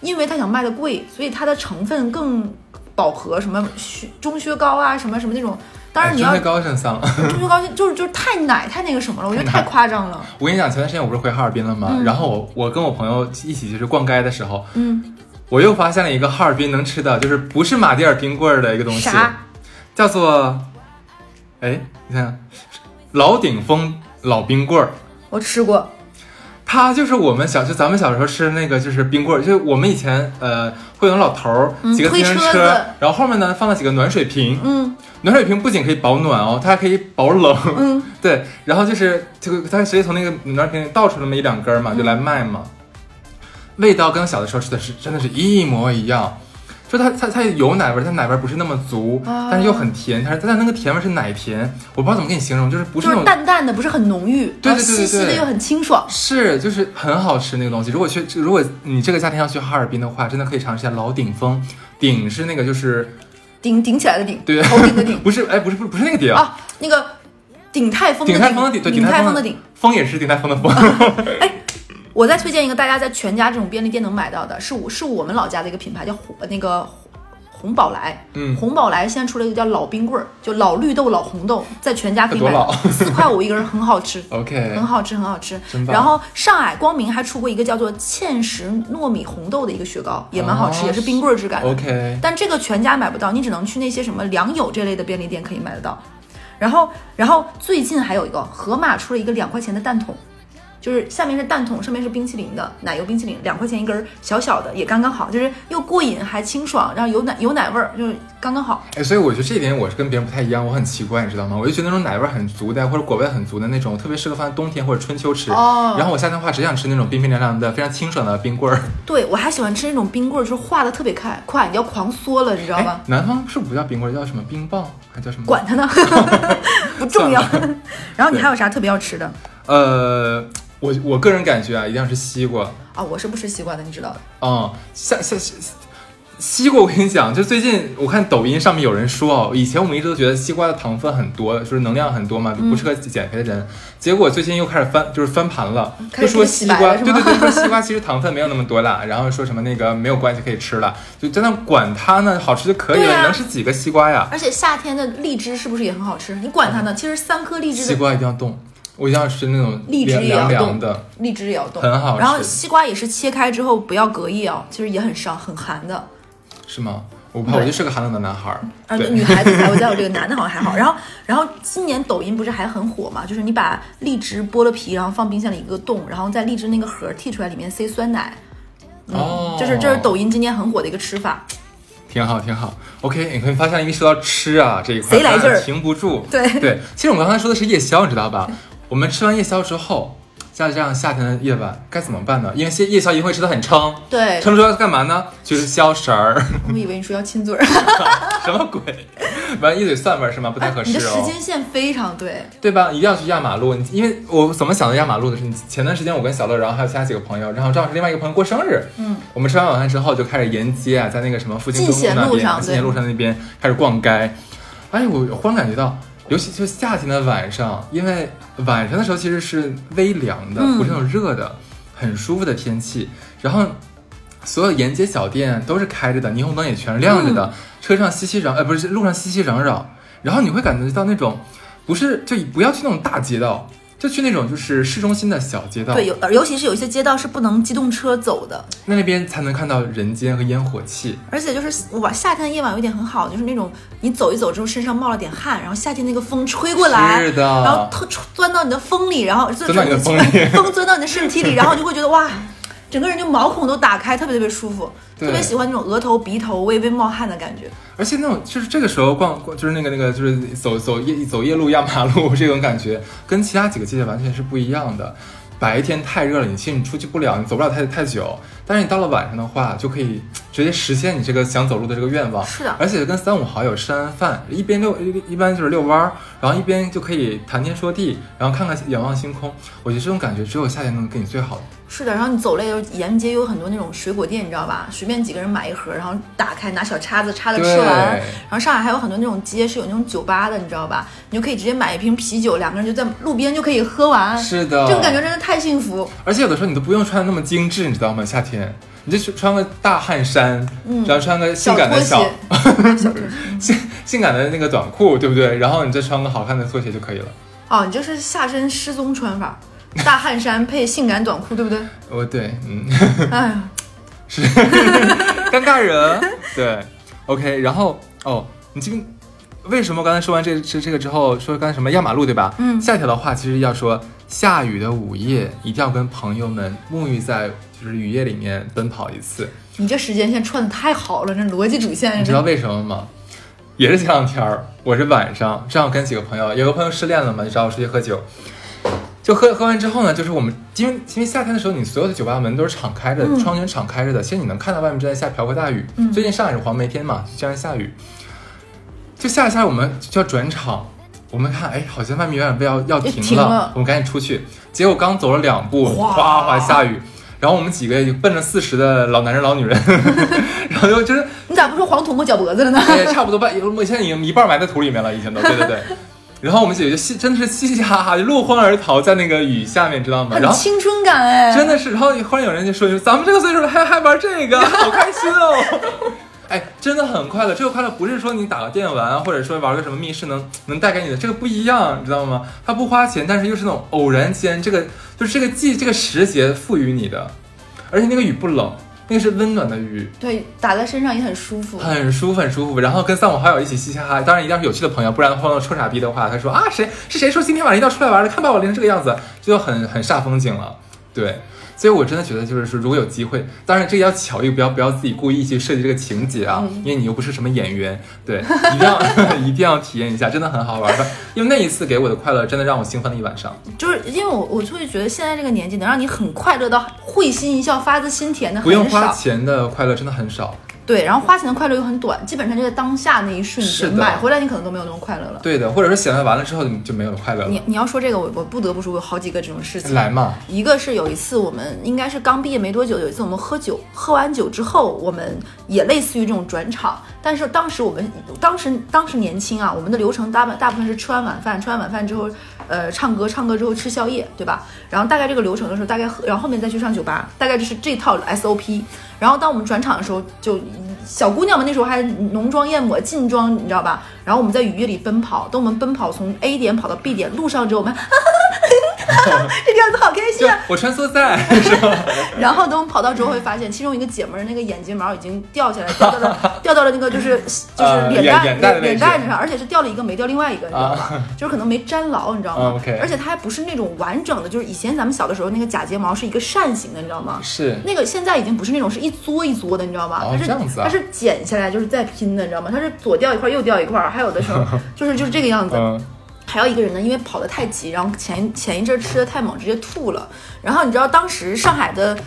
Speaker 2: 因为它想卖的贵，所以它的成分更饱和，什么雪中薛高啊，什么什么那种。当然你要
Speaker 1: 哎、真的高升桑。
Speaker 2: 中薛高就是就是太奶太那个什么了，我觉得太夸张了。
Speaker 1: 我跟你讲，前段时间我不是回哈尔滨了吗？然后我我跟我朋友一起就是逛街的时候，
Speaker 2: 嗯，
Speaker 1: 我又发现了一个哈尔滨能吃的，就是不是马迭尔冰棍儿的一个东西，
Speaker 2: 啥？
Speaker 1: 叫做，哎，你看，老鼎峰老冰棍儿。
Speaker 2: 我吃过，
Speaker 1: 它就是我们小，就咱们小时候吃的那个，就是冰棍儿，就是我们以前呃会有老头儿
Speaker 2: 嗯
Speaker 1: 几个自行
Speaker 2: 推车
Speaker 1: 车，
Speaker 2: 子
Speaker 1: 然后后面呢放了几个暖水瓶，
Speaker 2: 嗯
Speaker 1: 暖水瓶不仅可以保暖哦，它还可以保冷，
Speaker 2: 嗯，
Speaker 1: 对，然后就是这个，它直接从那个暖水瓶里倒出那么一两根儿嘛，就来卖嘛，味道跟小的时候吃的是真的是一模一样。就它它它有奶味儿，它奶味儿不是那么足，
Speaker 2: 啊
Speaker 1: 但是又很甜，它是但那个甜味儿是奶甜，我不知道怎么跟你形容，就是不是那
Speaker 2: 就是
Speaker 1: 种
Speaker 2: 淡淡的，不是很浓郁，
Speaker 1: 对对对
Speaker 2: 然后稀稀的
Speaker 1: 对对
Speaker 2: 又很清爽。
Speaker 1: 是，就是很好吃那个东西。如果去，如果你这个夏天要去哈尔滨的话，真的可以尝试一下老鼎峰。鼎是那个，就是
Speaker 2: 顶顶起来的顶，
Speaker 1: 对
Speaker 2: 头顶的 顶
Speaker 1: 不是，哎，不是，不是，不是那个鼎，
Speaker 2: 啊，那个鼎泰丰的
Speaker 1: 鼎泰丰的鼎，对，
Speaker 2: 鼎泰
Speaker 1: 丰
Speaker 2: 丰的鼎。，
Speaker 1: 风也是鼎泰丰的 风。
Speaker 2: 我再推荐一个大家在全家这种便利店能买到的，是我是我们老家的一个品牌，叫红那个红红宝来。
Speaker 1: 嗯
Speaker 2: 红宝来现在出了一个叫老冰棍儿，就老绿豆、老红豆，在全家可以买
Speaker 1: 它
Speaker 2: 到
Speaker 1: 多，
Speaker 2: 四块五一根儿，很好吃。
Speaker 1: OK，
Speaker 2: 很好吃，很好吃
Speaker 1: 真。棒
Speaker 2: 然后上海光明还出过一个叫做芡实糯米红豆的一个雪糕，也蛮好吃，
Speaker 1: 哦
Speaker 2: 也是冰棍儿质感的。
Speaker 1: OK，
Speaker 2: 但这个全家买不到，你只能去那些什么良友这类的便利店可以买得到。然后，然后最近还有一个盒马出了一个两块钱的蛋筒，就是下面是蛋筒，上面是冰淇淋的奶油冰淇淋，两块钱一根儿，小小的也刚刚好，就是又过瘾还清爽，然后有奶有奶味儿，就是刚刚好。
Speaker 1: 哎，所以我觉得这一点我是跟别人不太一样，我很奇怪，你知道吗？我就觉得那种奶味儿很足的，或者果味很足的那种，特别适合放在冬天或者春秋吃。
Speaker 2: 哦
Speaker 1: 然后我夏天的话，只想吃那种冰冰凉凉的、非常清爽的冰棍儿。
Speaker 2: 对我还喜欢吃那种冰棍儿，就是化的特别快，快你要狂缩了，你知道吗
Speaker 1: 哎？，南方是不叫冰棍儿，叫什么冰棒，还叫什么？
Speaker 2: 管它呢， 不重要。然后你还有啥特别要吃的
Speaker 1: 呃，我我个人感觉啊，一定要吃西瓜。
Speaker 2: 啊、我是不吃西瓜的，你知道的。
Speaker 1: 嗯，像像西西瓜，我跟你讲，就最近我看抖音上面有人说哦，以前我们一直都觉得西瓜的糖分很多，就是能量很多嘛，就不适合减肥的人。结果最近又开始翻，就是翻盘了，
Speaker 2: 开
Speaker 1: 就
Speaker 2: 始
Speaker 1: 说
Speaker 2: 洗
Speaker 1: 西
Speaker 2: 白
Speaker 1: 瓜，
Speaker 2: 了是
Speaker 1: 对
Speaker 2: 吗
Speaker 1: 对对，说西瓜其实糖分没有那么多啦，然后说什么那个没有关系可以吃了，就真的管它呢，好吃就可以
Speaker 2: 对
Speaker 1: 了，
Speaker 2: 啊
Speaker 1: 你能吃几个西瓜呀？
Speaker 2: 而且夏天的荔枝是不是也很好吃？你管它呢，其实三颗荔枝
Speaker 1: 嗯西
Speaker 2: 的
Speaker 1: 瓜一定要冻，我一定要吃那种
Speaker 2: 荔枝
Speaker 1: 凉
Speaker 2: 也要
Speaker 1: 凉
Speaker 2: 冻
Speaker 1: 凉的，
Speaker 2: 荔枝也要冻，
Speaker 1: 很好吃
Speaker 2: 然后西瓜也是切开之后不要隔夜哦，其实也很伤，很寒的。
Speaker 1: 是吗？我不怕，
Speaker 2: 对
Speaker 1: 我就是个寒冷的男孩儿。
Speaker 2: 啊，
Speaker 1: 对
Speaker 2: 女孩子才会在乎这个，男的好像还好。然后，然后今年抖音不是还很火嘛？就是你把荔枝剥了皮，然后放冰箱里一个冻，然后在荔枝那个核剔出来，里面塞酸奶。嗯，
Speaker 1: 哦
Speaker 2: 这是这是抖音今年很火的一个吃法。
Speaker 1: 挺好，挺好。OK，你会发现一说到吃啊这一块，
Speaker 2: 贼来劲儿
Speaker 1: 大家停不住。
Speaker 2: 对
Speaker 1: 对，其实我们刚才说的是夜宵，你知道吧？我们吃完夜宵之后，像这样夏天的夜晚该怎么办呢？因为夜夜宵一定会吃的很撑，
Speaker 2: 对，
Speaker 1: 撑出来干嘛呢？就是消食儿，
Speaker 2: 我以为你说要亲嘴儿，
Speaker 1: 什么鬼？ 完一嘴蒜味儿是吗？不太合
Speaker 2: 哎 你
Speaker 1: 适
Speaker 2: 的
Speaker 1: 哦。
Speaker 2: 时间线非常对。
Speaker 1: 对吧？一定要去压马路，你因为我怎么想到压马路的是，你前段时间我跟小乐，然后还有其他几个朋友，然后正好是另外一个朋友过生日，
Speaker 2: 嗯，
Speaker 1: 我们吃完晚饭之后就开始沿街啊，在那个什么附近
Speaker 2: 进
Speaker 1: 公路
Speaker 2: 贤
Speaker 1: 那
Speaker 2: 路
Speaker 1: 边，
Speaker 2: 上
Speaker 1: 进贤路上那边开始逛街。哎，我忽然感觉到，尤其就是夏天的晚上，因为晚上的时候其实是微凉的，
Speaker 2: 嗯
Speaker 1: 不是那种热的，很舒服的天气。然后所有沿街小店都是开着的，霓虹灯也全是亮着
Speaker 2: 嗯
Speaker 1: 的，车上熙熙攘，呃，不是路上熙熙攘攘。然后你会感觉到那种，不是就不要去那种大街道，就去那种就是市中心的小街道，
Speaker 2: 对，有呃尤其是有一些街道是不能机动车走的，
Speaker 1: 那那边才能看到人间和烟火气。
Speaker 2: 而且就是晚夏天的夜晚有一点很好，就是那种你走一走之后身上冒了点汗，然后夏天那个风吹过来，
Speaker 1: 是的
Speaker 2: 然后特钻到你的风里，然后
Speaker 1: 钻到你的风里
Speaker 2: 风钻到你的身体里，然后你就会觉得哇，整个人就毛孔都打开，特别特别舒服，
Speaker 1: 对
Speaker 2: 特别喜欢那种额头、鼻头微微冒汗的感觉。
Speaker 1: 而且那种就是这个时候逛，逛就是那个那个就是走走夜走夜路压马路这种感觉，跟其他几个季节完全是不一样的。白天太热了，你其实你出去不了，你走不了太太久。但是你到了晚上的话，就可以直接实现你这个想走路的这个愿望。
Speaker 2: 是的
Speaker 1: 而且跟三五好友吃完饭，一边遛一一般就是遛弯儿，然后一边就可以谈天说地，然后看看仰望星空。我觉得这种感觉只有夏天能给你最好的。
Speaker 2: 是的，然后你走累了，沿街有很多那种水果店，你知道吧？随便几个人买一盒，然后打开拿小叉子叉着吃完。
Speaker 1: 对
Speaker 2: 然后上海还有很多那种街是有那种酒吧的，你知道吧？你就可以直接买一瓶啤酒，两个人就在路边就可以喝完。
Speaker 1: 是的，
Speaker 2: 啊这种感觉真的太幸福。
Speaker 1: 而且有的时候你都不用穿的那么精致，你知道吗？夏天你就穿个大汗衫，然后穿个性感的小
Speaker 2: 嗯小拖鞋，小拖鞋。
Speaker 1: 性性感的那个短裤，对不对？然后你再穿个好看的拖鞋就可以了。
Speaker 2: 哦，你这是下身失踪穿法，大汗衫配性感短裤，对不对？
Speaker 1: 哦，对，嗯，
Speaker 2: 哎呀，
Speaker 1: 尴尬人，对，OK。然后哦，你这个为什么刚才说完这这这个之后，说刚才什么压马路对吧？
Speaker 2: 嗯
Speaker 1: 下一条的话其实要说下雨的午夜一定要跟朋友们沐浴在就是雨夜里面奔跑一次。
Speaker 2: 你这时间线串的太好了，这逻辑主线
Speaker 1: 你知
Speaker 2: 真
Speaker 1: 道
Speaker 2: 的
Speaker 1: 为什么吗？也是前两天儿，我是晚上正好跟几个朋友，有个朋友失恋了嘛，就找我出去喝酒。就喝喝完之后呢，就是我们因为因为夏天的时候，你所有的酒吧门都是敞开的，
Speaker 2: 嗯
Speaker 1: 窗帘敞开着的，其实你能看到外面正在下瓢泼大雨。
Speaker 2: 嗯
Speaker 1: 最近上海是黄梅天嘛，就经常下雨，就下着下着我们就要转场，我们看哎好像外面有点要要停
Speaker 2: 停了
Speaker 1: 我们赶紧出去。结果刚走了两步，
Speaker 2: 哗
Speaker 1: 哗哗下雨，然后我们几个奔着四十的老男人老女 人，然后就就是
Speaker 2: 你咋不说黄土摸脚脖子了呢？
Speaker 1: 也差不多半，我现在已经一半埋在土里面了，已经都，对对对。然后我们姐姐就嘻，真的是嘻嘻哈哈，就落荒而逃，在那个雨下面，知道 吗？然
Speaker 2: 很
Speaker 1: 后
Speaker 2: 青春感哎，
Speaker 1: 真的是，然后忽然有人就说：“咱们这个岁数了还还玩这个，好开心哦！” 哎，真的很快乐。这个快乐不是说你打个电玩啊，或者说玩个什么密室能能带给你的，这个不一样，你知道吗？它不花钱，但是又是那种偶然间，这个就是这个季这个时节赋予你的，而且那个雨不冷，那个是温暖的雨。
Speaker 2: 对，打在身上也很舒服。
Speaker 1: 很舒服，很舒服。然后跟三五好友一起嘻嘻哈哈，当然一定要是有趣的朋友，不然的话臭傻逼的话，他说啊谁是谁说今天晚上一定要出来玩的，看把我淋成这个样子，这就很很煞风景了。对，所以我真的觉得就是说，如果有机会，当然这个要巧遇，不要不要自己故意去设计这个情节啊，
Speaker 2: 嗯
Speaker 1: 因为你又不是什么演员，对，一定要 一定要体验一下，真的很好玩的。因为那一次给我的快乐，真的让我兴奋了一晚上。
Speaker 2: 就是因为我我就会觉得现在这个年纪能让你很快乐到会心一笑、发自心田的
Speaker 1: 不用
Speaker 2: 很
Speaker 1: 花
Speaker 2: 少。
Speaker 1: 钱的快乐真的很少。
Speaker 2: 对，然后花钱的快乐又很短，基本上就在当下那一瞬
Speaker 1: 是
Speaker 2: 间，
Speaker 1: 的
Speaker 2: 买回来你可能都没有那种快乐了。
Speaker 1: 对的，或者说显摆完了之后你就没有了快乐了
Speaker 2: 你。你要说这个，我我不得不说，我有好几个这种事情。
Speaker 1: 来嘛，
Speaker 2: 一个是有一次我们应该是刚毕业没多久，有一次我们喝酒，喝完酒之后，我们也类似于这种转场，但是当时我们呃当时当时年轻啊，我们的流程大半大部分是吃完晚饭，吃完晚饭之后，呃，唱歌，唱歌之后吃宵夜，对吧？然后大概这个流程的时候，大概喝然后后面再去上酒吧，大概就是这套 SOP。然后当我们转场的时候，就小姑娘们那时候还浓妆艳抹、劲装，你知道吧？然后我们在雨夜里奔跑，等我们奔跑从 A 点跑到 B 点，路上之后我们。啊这个样子好开
Speaker 1: 就
Speaker 2: 心啊！
Speaker 1: 我穿梭 在
Speaker 2: 然后等我跑到之后，会发现其中一个姐们儿那个眼睫毛已经掉下来，掉到 了掉到了那个就是就是
Speaker 1: 呃
Speaker 2: 脸
Speaker 1: 眼
Speaker 2: 蛋
Speaker 1: 眼蛋的位
Speaker 2: 脸
Speaker 1: 置
Speaker 2: 蛋上，而且是掉了一个没掉另外一个，你知道吧？
Speaker 1: 啊，
Speaker 2: 就是可能没粘牢，你知道吗
Speaker 1: 嗯，OK
Speaker 2: 而且它还不是那种完整的，就是以前咱们小的时候那个假睫毛是一个扇形的，你知道吗？
Speaker 1: 是
Speaker 2: 那个现在已经不是那种是一撮一撮的，你知道吗？
Speaker 1: 哦
Speaker 2: 它是
Speaker 1: 这样子啊
Speaker 2: 它是剪下来就是再拼的，你知道吗？它是左掉一块，右掉一块，还有的 时候就是就是这个样子。
Speaker 1: 嗯，
Speaker 2: 还有一个人呢，因为跑得太急，然后前前一阵吃的太猛，直接吐了。然后你知道当时上海的，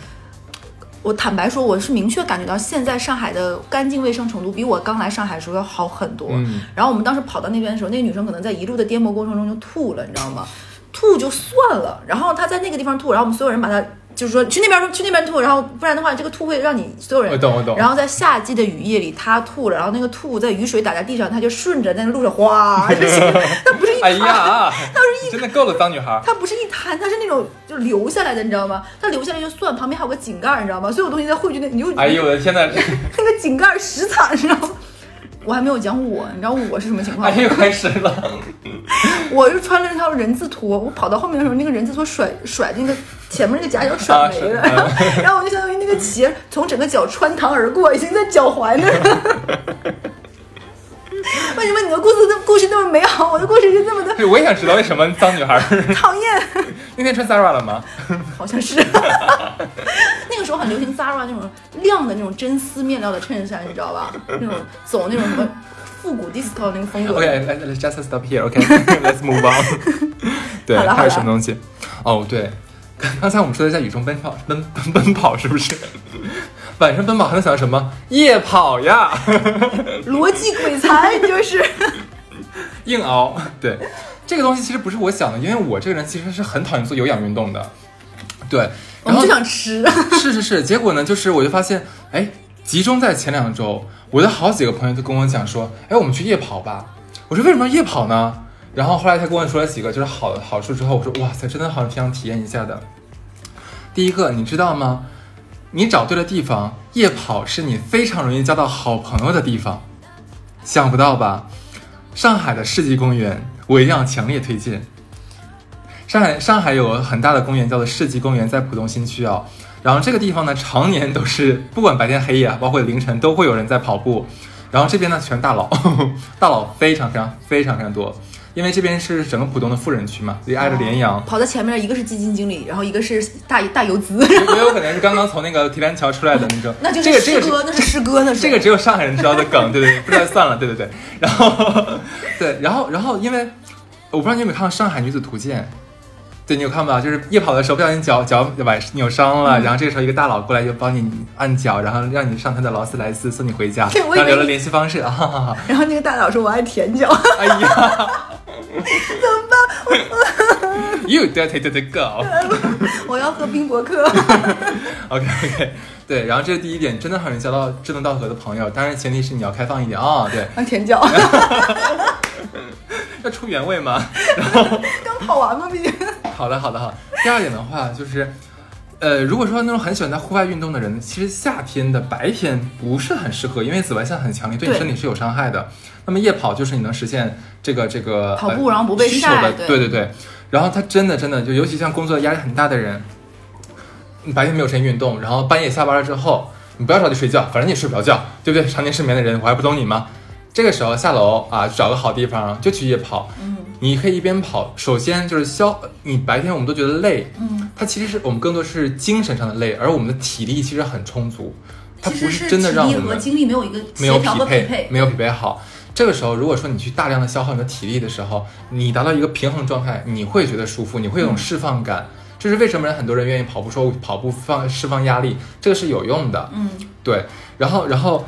Speaker 2: 我坦白说，我是明确感觉到现在上海的干净卫生程度比我刚来上海的时候要好很多。
Speaker 1: 嗯
Speaker 2: 然后我们当时跑到那边的时候，那个女生可能在一路的颠簸过程中就吐了，你知道吗？吐就算了，然后她在那个地方吐，然后我们所有人把她就是说去那边去那边吐，然后不然的话这个吐会让你所有人
Speaker 1: 我懂我懂
Speaker 2: 然后在夏季的雨夜里，他吐了，然后那个吐在雨水打在地上，他就顺着那个路 上哗，就行。它不是一
Speaker 1: 哎
Speaker 2: 滩，
Speaker 1: 呀，
Speaker 2: 它是一
Speaker 1: 真的够了，脏女孩儿。
Speaker 2: 它不是一滩，它是那种就流下来的，你知道吗？它流下来就算，旁边还有个井盖，你知道吗？所有东西在汇聚那，你就
Speaker 1: 哎呦我的天 呐，
Speaker 2: 那个井盖石惨，你知道吗？我还没有讲我，你知道我是什么情况
Speaker 1: 哎
Speaker 2: 吗？
Speaker 1: 呦开始了，
Speaker 2: 我就穿了一条人字拖，我跑到后面的时候，那个人字拖甩甩那个前面那个夹角甩没了，
Speaker 1: 啊是
Speaker 2: 然后 然后我就相当于那个鞋从整个脚穿堂而过，已经在脚踝那儿了。 为什么你的故事的故事那么美好，我的故事就 这么的
Speaker 1: 对，我也想知道为什么脏女孩儿
Speaker 2: 讨厌？
Speaker 1: 那天穿 Zara 了 吗？
Speaker 2: 好像是， 那个时候很流行 Zara 那种亮的那种真丝面料的衬衫，你知道吧？那种走那种什么复古 disco 那个风格。
Speaker 1: OK，let's let's just stop here. OK，let's、move on 对。
Speaker 2: 好了
Speaker 1: 还
Speaker 2: 好了
Speaker 1: 有什么东西？哦，对，刚才我们说的在雨中奔跑，奔奔奔跑是不是？ 晚上奔跑还能想到什么？夜跑呀，
Speaker 2: 逻辑鬼才，你就是。
Speaker 1: 硬熬。对，这个东西其实不是我想的，因为我这个人其实是很讨厌做有氧运动的。对，
Speaker 2: 我
Speaker 1: 然
Speaker 2: 们
Speaker 1: 后
Speaker 2: 就想吃，
Speaker 1: 是是是，结果呢，就是我就发现，哎，集中在前两周，我的好几个朋友都跟我讲说，哎，我们去夜跑吧。我说为什么要夜跑呢？然后后来他跟我说了几个就是好好处之后，我说哇塞，真的好想体验一下的。第一个，你知道吗？你找对了地方，夜跑是你非常容易交到好朋友的地方，想不到吧？上海的世纪公园，我一定要强烈推荐。上海上海有个很大的公园叫做世纪公园，在浦东新区啊、然后这个地方呢，常年都是不管白天黑夜啊，包括凌晨都会有人在跑步。然后这边呢，全是大佬， 大佬非常非常非常非常多，因为这边是整个浦东的富人区嘛，所以挨着联阳，
Speaker 2: 跑在前面，一个是基金经理，然后一个是大大游资，
Speaker 1: 也有可能是刚刚从那个提篮桥出来的那种
Speaker 2: 。那就
Speaker 1: 这
Speaker 2: 是
Speaker 1: 个
Speaker 2: 师
Speaker 1: 这个
Speaker 2: 哥，
Speaker 1: 是
Speaker 2: 那是师哥，那是
Speaker 1: 这个只有上海人知道的梗，对对对，不知道就算了，对对对。然后对，然后然后因为我不知道你有没有看到《上海女子图鉴》。对你有看吧？就是夜跑的时候不小心脚脚崴扭伤
Speaker 2: 嗯
Speaker 1: 了，然后这个时候一个大佬过来就帮你按脚，然后让你上他的劳斯莱斯送你回家，
Speaker 2: 对
Speaker 1: 然后
Speaker 2: 我以为
Speaker 1: 留了
Speaker 2: 你
Speaker 1: 联系方式啊！哈哈哈
Speaker 2: 然后那个大佬说我爱舔脚，
Speaker 1: 哎呀，怎么办？You dirty dirty girl。
Speaker 2: 我要喝冰博客。
Speaker 1: OK OK，对，然后这是第一点，真的很容易交到志同道合的朋友，当然前提是你要开放一点啊、对，
Speaker 2: 啊，舔脚，
Speaker 1: 要出原味嘛。
Speaker 2: 刚跑完嘛，毕竟。
Speaker 1: 好的好的好。第二点的话就是，呃，如果说那种很喜欢在户外运动的人，其实夏天的白天不是很适合，因为紫外线很强烈，对你
Speaker 2: 对
Speaker 1: 身体是有伤害的。那么夜跑就是你能实现这个这个
Speaker 2: 跑
Speaker 1: 呃
Speaker 2: 步然后不被
Speaker 1: 需求
Speaker 2: 晒
Speaker 1: 的
Speaker 2: 对
Speaker 1: 对对对。然后他真的真的就，尤其像工作压力很大的人，你白天没有时间运动，然后半夜下班了之后，你不要着急睡觉，反正你也睡不着觉，对不对？常年失眠的人，我还不懂你吗？这个时候下楼啊，找个好地方就去夜跑。
Speaker 2: 嗯，
Speaker 1: 你可以一边跑，首先就是消，你白天我们都觉得累，
Speaker 2: 嗯，
Speaker 1: 它其实是我们更多是精神上的累，而我们的体力其实很充足，它
Speaker 2: 其
Speaker 1: 不
Speaker 2: 实
Speaker 1: 是真的让
Speaker 2: 体
Speaker 1: 我
Speaker 2: 力和
Speaker 1: 们
Speaker 2: 精力没有一个
Speaker 1: 没有
Speaker 2: 协调和匹配。
Speaker 1: 没有匹配好。这个时候，如果说你去大量的消耗你的体力的时候，你达到一个平衡状态，你会觉得舒服，你会
Speaker 2: 嗯
Speaker 1: 有一种释放感。这是为什么人很多人愿意跑步，说跑步放释放压力，这个是有用的。
Speaker 2: 嗯，
Speaker 1: 对，然后然后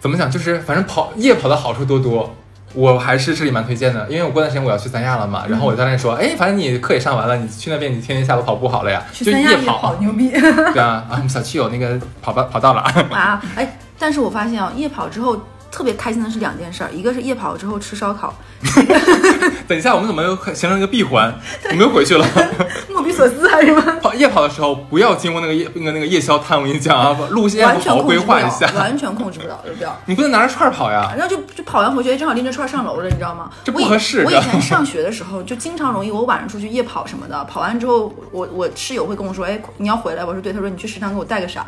Speaker 1: 怎么讲，就是反正跑夜跑的好处多多。我还是这里蛮推荐的，因为我过段时间我要去三亚了嘛，然
Speaker 2: 嗯
Speaker 1: 后我教练说，哎，反正你课也上完了，你去那边你天天下楼跑步好了呀，
Speaker 2: 去
Speaker 1: 就
Speaker 2: 三亚
Speaker 1: 夜
Speaker 2: 也好牛逼
Speaker 1: 对啊，啊，我们小区有那个跑道跑道了，
Speaker 2: 啊！哎，但是我发现啊，夜跑之后特别开心的是两件事儿，一个是夜跑之后吃烧烤，
Speaker 1: 等一下，我们怎么又形成一个闭 环？我们又回去了。
Speaker 2: 莫比索斯还是吗？
Speaker 1: 跑夜跑的时候不要经过那个夜那个那个夜宵摊，我跟你讲 啊，路线
Speaker 2: 完全
Speaker 1: 好好
Speaker 2: 控
Speaker 1: 规
Speaker 2: 制不
Speaker 1: 划
Speaker 2: 了
Speaker 1: 一下，，
Speaker 2: 完全控制不了，对不对？
Speaker 1: 你不能拿着串儿跑呀。
Speaker 2: 然后就就跑完回去，正好拎着串儿上楼了，你知道吗？
Speaker 1: 这不
Speaker 2: 我以
Speaker 1: 合适
Speaker 2: 我
Speaker 1: 的
Speaker 2: 以前上学的时候就经常容易，我晚上出去夜跑什么的，跑完之后，我我室友会跟我说，哎，你要回来？我说对。他说你去食堂给我带个啥？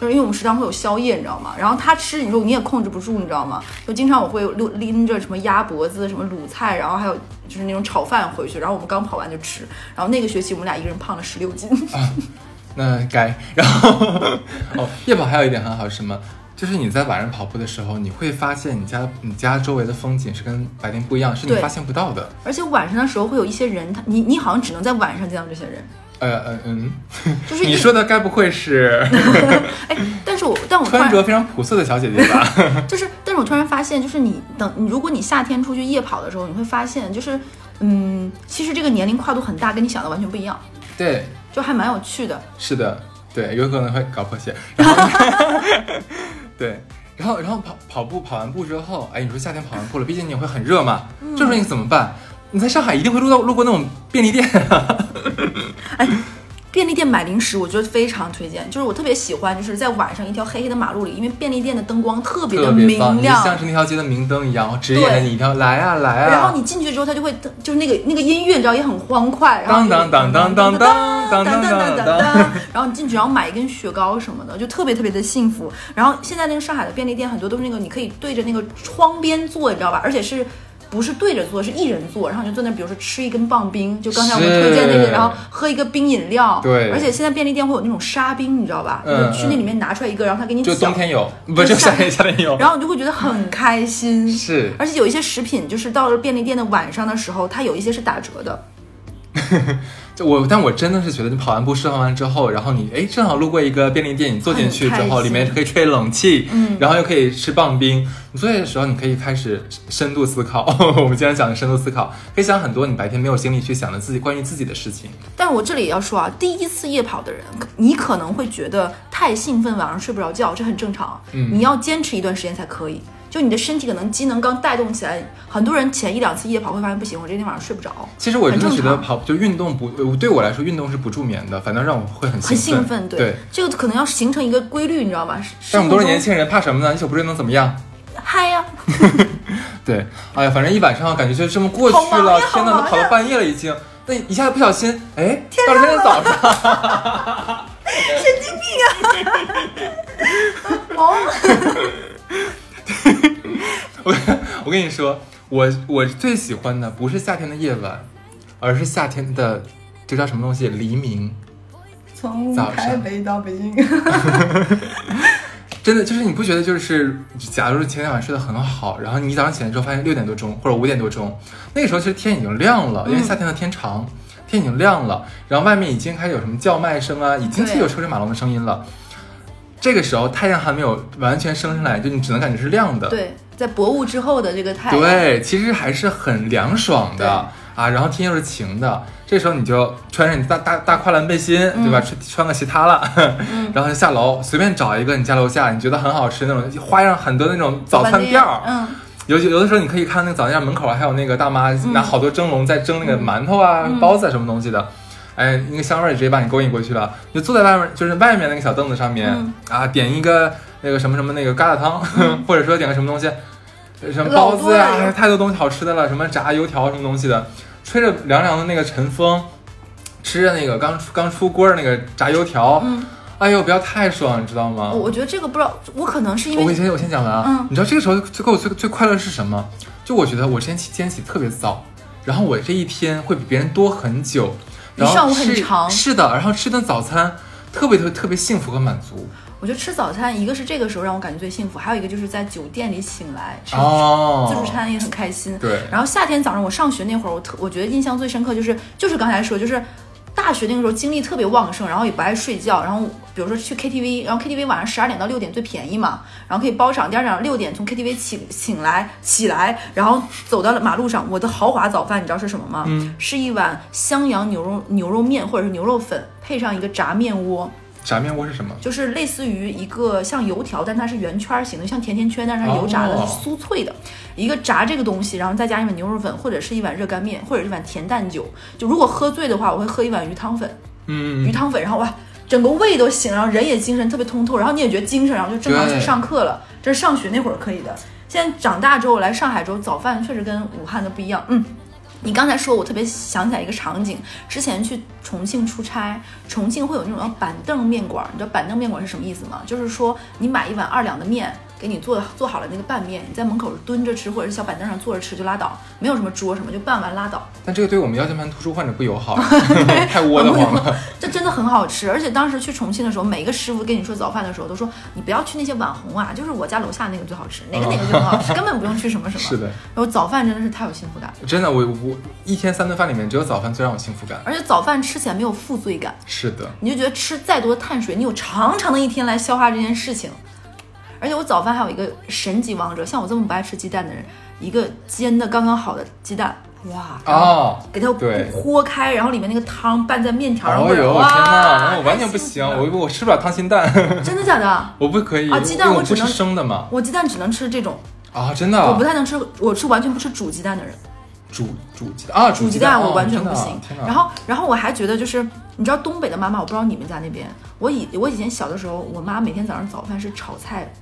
Speaker 2: 就是因为我们食堂会有宵夜，你知道吗？然后他吃，你说你也控制不住，你知道吗？就经常我会拎拎着什么鸭脖子、什么卤菜，然后还有就是那种炒饭回去，然后我们刚跑完就吃。然后那个学期我们俩一个人胖了十六斤，
Speaker 1: 那该，然后哦，夜跑还有一点很好是什么？就是你在晚上跑步的时候，你会发现你家你家周围的风景是跟白天不一样，是你
Speaker 2: 对
Speaker 1: 发现不到的。
Speaker 2: 而且晚上的时候会有一些人，他你你好像只能在晚上见到这些人，
Speaker 1: 呃呃嗯，
Speaker 2: 就是
Speaker 1: 你
Speaker 2: 一
Speaker 1: 说的该不会 是
Speaker 2: 哎，但是我但我突然
Speaker 1: 穿着非常朴素的小姐姐 吧？
Speaker 2: 就是，但是我突然发现，就是你等，你如果你夏天出去夜跑的时候，你会发现，就是，嗯，其实这个年龄跨度很大，跟你想的完全不一样，
Speaker 1: 对，
Speaker 2: 就还蛮有趣的。
Speaker 1: 是的，对，有可能会搞破鞋。然后 对，然后然后跑跑步跑完步之后，哎，你说夏天跑完步了，毕竟你会很热嘛，
Speaker 2: 嗯
Speaker 1: 这时候你怎么办？你在上海一定会路到路过那种便利店，啊
Speaker 2: 便利店买零食，我觉得非常推荐。就是我特别喜欢，就是在晚上一条黑黑的马路里，因为便利店的灯光特别的
Speaker 1: 特别棒，
Speaker 2: 明
Speaker 1: 你就
Speaker 2: 亮，
Speaker 1: 像是那条街的明灯一样，指引着
Speaker 2: 对
Speaker 1: 你一条来啊来啊。
Speaker 2: 然后你进去之后，它就会就是那个那个音乐，你知道也很欢快，然后
Speaker 1: 当当当当当当当当
Speaker 2: 当当
Speaker 1: 当
Speaker 2: 当
Speaker 1: 当
Speaker 2: 当
Speaker 1: 当，
Speaker 2: 当，然后你进去，然后买一根雪糕什么的，就特别特别的幸福。然后现在那个上海的便利店很多都是那个你可以对着那个窗边坐，你知道吧？而且是。不是对着坐，是一人坐，然后你就坐那，比如说吃一根棒冰，就刚才我们推荐那
Speaker 1: 是
Speaker 2: 个，然后喝一个冰饮料。
Speaker 1: 对
Speaker 2: 而且现在便利店会有那种沙冰，你知道吧？
Speaker 1: 嗯
Speaker 2: 就是去那里面拿出来一个，然后他给你
Speaker 1: 就
Speaker 2: 搅
Speaker 1: 冬，天有，不就夏天夏天有，
Speaker 2: 然后你就会觉得很开心。
Speaker 1: 是
Speaker 2: 而且有一些食品，就是到了便利店的晚上的时候，它有一些是打折的。
Speaker 1: 就我，但我真的是觉得你跑完步释放完之后，然后你哎正好路过一个便利店，你坐进去之
Speaker 2: 很
Speaker 1: 后，
Speaker 2: 开
Speaker 1: 里
Speaker 2: 心
Speaker 1: 面可以吹冷气，
Speaker 2: 嗯
Speaker 1: 然后又可以吃棒冰。你坐下的时候，你可以开始深度思考。 我们经常讲的深度思考，可以想很多你白天没有精力去想的自己关于自己的事情。
Speaker 2: 但是我这里也要说啊，第一次夜跑的人，你可能会觉得太兴奋，晚上睡不着觉，这很正常。
Speaker 1: 嗯
Speaker 2: 你要坚持一段时间才可以。就你的身体可能机能刚带动起来，很多人前一两次夜跑会发现不行，我这天晚上睡不着，
Speaker 1: 其实我真的觉
Speaker 2: 很
Speaker 1: 得
Speaker 2: 正常
Speaker 1: 跑就运动不呃对我来说运动是不助眠的，反倒让我会很兴奋。
Speaker 2: 很兴奋。
Speaker 1: 对。
Speaker 2: 这个可能要形成一个规律，你知道吗？
Speaker 1: 但我们都是年
Speaker 2: 轻
Speaker 1: 轻人，怕什么呢？一宿不睡能怎么样？
Speaker 2: 嗨呀、
Speaker 1: 对，哎呀，反正一晚上感觉就这么过去
Speaker 2: 好忙
Speaker 1: 了
Speaker 2: 呀。
Speaker 1: 天哪，
Speaker 2: 好
Speaker 1: 都
Speaker 2: 忙呀
Speaker 1: 跑到半夜了已经。那一下子不小心，哎，到了天天早上。
Speaker 2: 哦，
Speaker 1: 我我跟你说，我我最喜欢的不是夏天的夜晚，而是夏天的这叫什么东西？黎明。
Speaker 2: 从
Speaker 1: 早上台
Speaker 2: 北到北京，
Speaker 1: 真的就是你不觉得就是，假如前天晚上睡得很好，然后你早上起来之后发现六点多钟或者五点多钟，那个时候其实天已经亮了，因为夏天的天长，天已经亮了，然后外面已经开始有什么叫卖声啊，已经是
Speaker 2: 对
Speaker 1: 有车水马龙的声音了。这个时候太阳还没有完全升上来，就你只能感觉是亮的。
Speaker 2: 对，在薄雾之后的这个太阳，
Speaker 1: 对，其实还是很凉爽的啊。然后天又是晴的，这时候你就穿上你大大大跨栏背心，对吧？穿穿个其他了， 然后就下楼，随便找一个你家楼下你觉得很好吃那种花样很多那种早餐店儿。
Speaker 2: 嗯，
Speaker 1: 有有的时候你可以看那个早餐店门口啊还有那个大妈
Speaker 2: 嗯
Speaker 1: 拿好多蒸笼在蒸那个馒头啊、包子啊什么东西的。哎，那个香味儿直接把你勾引过去了，你就坐在外面，就是外面那个小凳子上面、
Speaker 2: 嗯
Speaker 1: 啊，点一个那个什么什么那个疙瘩汤， 或者说点个什么东西，呃什么
Speaker 2: 老
Speaker 1: 包子
Speaker 2: 多
Speaker 1: 啊，
Speaker 2: 了
Speaker 1: 还有太多东西好吃的了，什么炸油条什么东西的，吹着凉凉的那个晨风，吃着那个刚出刚出锅的那个炸油条，
Speaker 2: 嗯
Speaker 1: 哎呦，不要太爽，你知道吗？
Speaker 2: 我我觉得这个不知道，我可能是因为
Speaker 1: 我先我先讲完啊，
Speaker 2: 嗯
Speaker 1: 你知道这个时候最给我最最快乐是什么？就我觉得我今天起今天起特别早，然后我这一天会比别人多很久，
Speaker 2: 你
Speaker 1: 然后
Speaker 2: 上午很
Speaker 1: 吃
Speaker 2: 长
Speaker 1: 是的，然后吃顿早餐特别特别特别幸福和满足
Speaker 2: 我觉得吃早餐，一个是这个时候让我感觉最幸福，还有一个就是在酒店里醒来吃
Speaker 1: 哦，
Speaker 2: 自助餐也很开心。
Speaker 1: 对
Speaker 2: 然后夏天早上我上学那会儿，我特我觉得印象最深刻就是就是刚才说就是。大学那个时候精力特别旺盛，然后也不爱睡觉，然后比如说去 KTV，然后 KTV 晚上十二点到六点最便宜嘛，然后可以包场。第二天六点从 KTV 起醒来起来，然后走到了马路上，我的豪华早饭你知道是什么吗？
Speaker 1: 嗯
Speaker 2: 是一碗襄阳牛肉牛肉面或者是牛肉粉，配上一个炸面窝，
Speaker 1: 炸面窝是什么？
Speaker 2: 就是类似于一个像油条，但它是圆圈形的，像甜甜圈，但是它油炸的
Speaker 1: 哦
Speaker 2: 是酥脆的。一个炸这个东西，然后再加一碗牛肉粉，或者是一碗热干面，或者是一碗甜蛋酒。就如果喝醉的话，我会喝一碗鱼汤粉，
Speaker 1: 嗯，
Speaker 2: 鱼汤粉，然后哇，整个胃都醒，然后人也精神特别通透，然后你也觉得精神，然后就正常去
Speaker 1: 对
Speaker 2: 上课了。这是上学那会儿可以的，现在长大之后来上海之后，早饭确实跟武汉的不一样。嗯，你刚才说，我特别想起来一个场景，之前去重庆出差，重庆会有那种叫板凳面馆儿，你知道板凳面馆儿是什么意思吗？就是说你买一碗二两的面。给你做做好了那个拌面，你在门口蹲着吃，或者是小板凳上坐着吃就拉倒，没有什么桌什么，就拌完拉倒。
Speaker 1: 但这个对我们腰间盘突出患者不友 好， 太窝得慌了。
Speaker 2: 这真的很好吃，而且当时去重庆的时候，每个师傅跟你说早饭的时候都说，你不要去那些网红啊，就是我家楼下那个最好吃，哪个哪个最好吃，根本不用去什么什么。
Speaker 1: 啊 是的，
Speaker 2: 然后早饭真的是太有幸福感了，
Speaker 1: 真的，我我一天三顿饭里面只有早饭最让我幸福感。
Speaker 2: 而且早饭吃起来没有负罪感，
Speaker 1: 是的，
Speaker 2: 你就觉得吃再多碳水，你有长长的一天来消化这件事情。而且我早饭还有一个神级王者，像我这么不爱吃鸡蛋的人，一个煎的刚刚好的鸡蛋，哇，然后
Speaker 1: 哦，
Speaker 2: 给它
Speaker 1: 对
Speaker 2: 豁开，然后里面那个汤拌在面条上，
Speaker 1: 哦呦，
Speaker 2: 哇
Speaker 1: 天哪，我完全
Speaker 2: 太
Speaker 1: 不
Speaker 2: 幸福
Speaker 1: 行，
Speaker 2: 了
Speaker 1: 我我吃不了溏心蛋，
Speaker 2: 真的假的？
Speaker 1: 我不可以，
Speaker 2: 啊鸡蛋
Speaker 1: 因为
Speaker 2: 我
Speaker 1: 我不
Speaker 2: 只
Speaker 1: 吃
Speaker 2: 能
Speaker 1: 生的嘛。
Speaker 2: 我鸡蛋只能吃这种，
Speaker 1: 啊，真的
Speaker 2: 我
Speaker 1: 啊
Speaker 2: 不，太能吃，我是完全不吃煮鸡蛋的人，
Speaker 1: 煮煮鸡蛋啊，
Speaker 2: 煮
Speaker 1: 鸡
Speaker 2: 鸡
Speaker 1: 蛋
Speaker 2: 蛋
Speaker 1: 哦
Speaker 2: 我完全
Speaker 1: 真的
Speaker 2: 不
Speaker 1: 啊
Speaker 2: 行。
Speaker 1: 天哪，
Speaker 2: 然后，然后我还觉得就是，你知道东北的妈妈，我不知道你们家那边，我以我以前小的时候，我妈每天早上早饭是炒菜，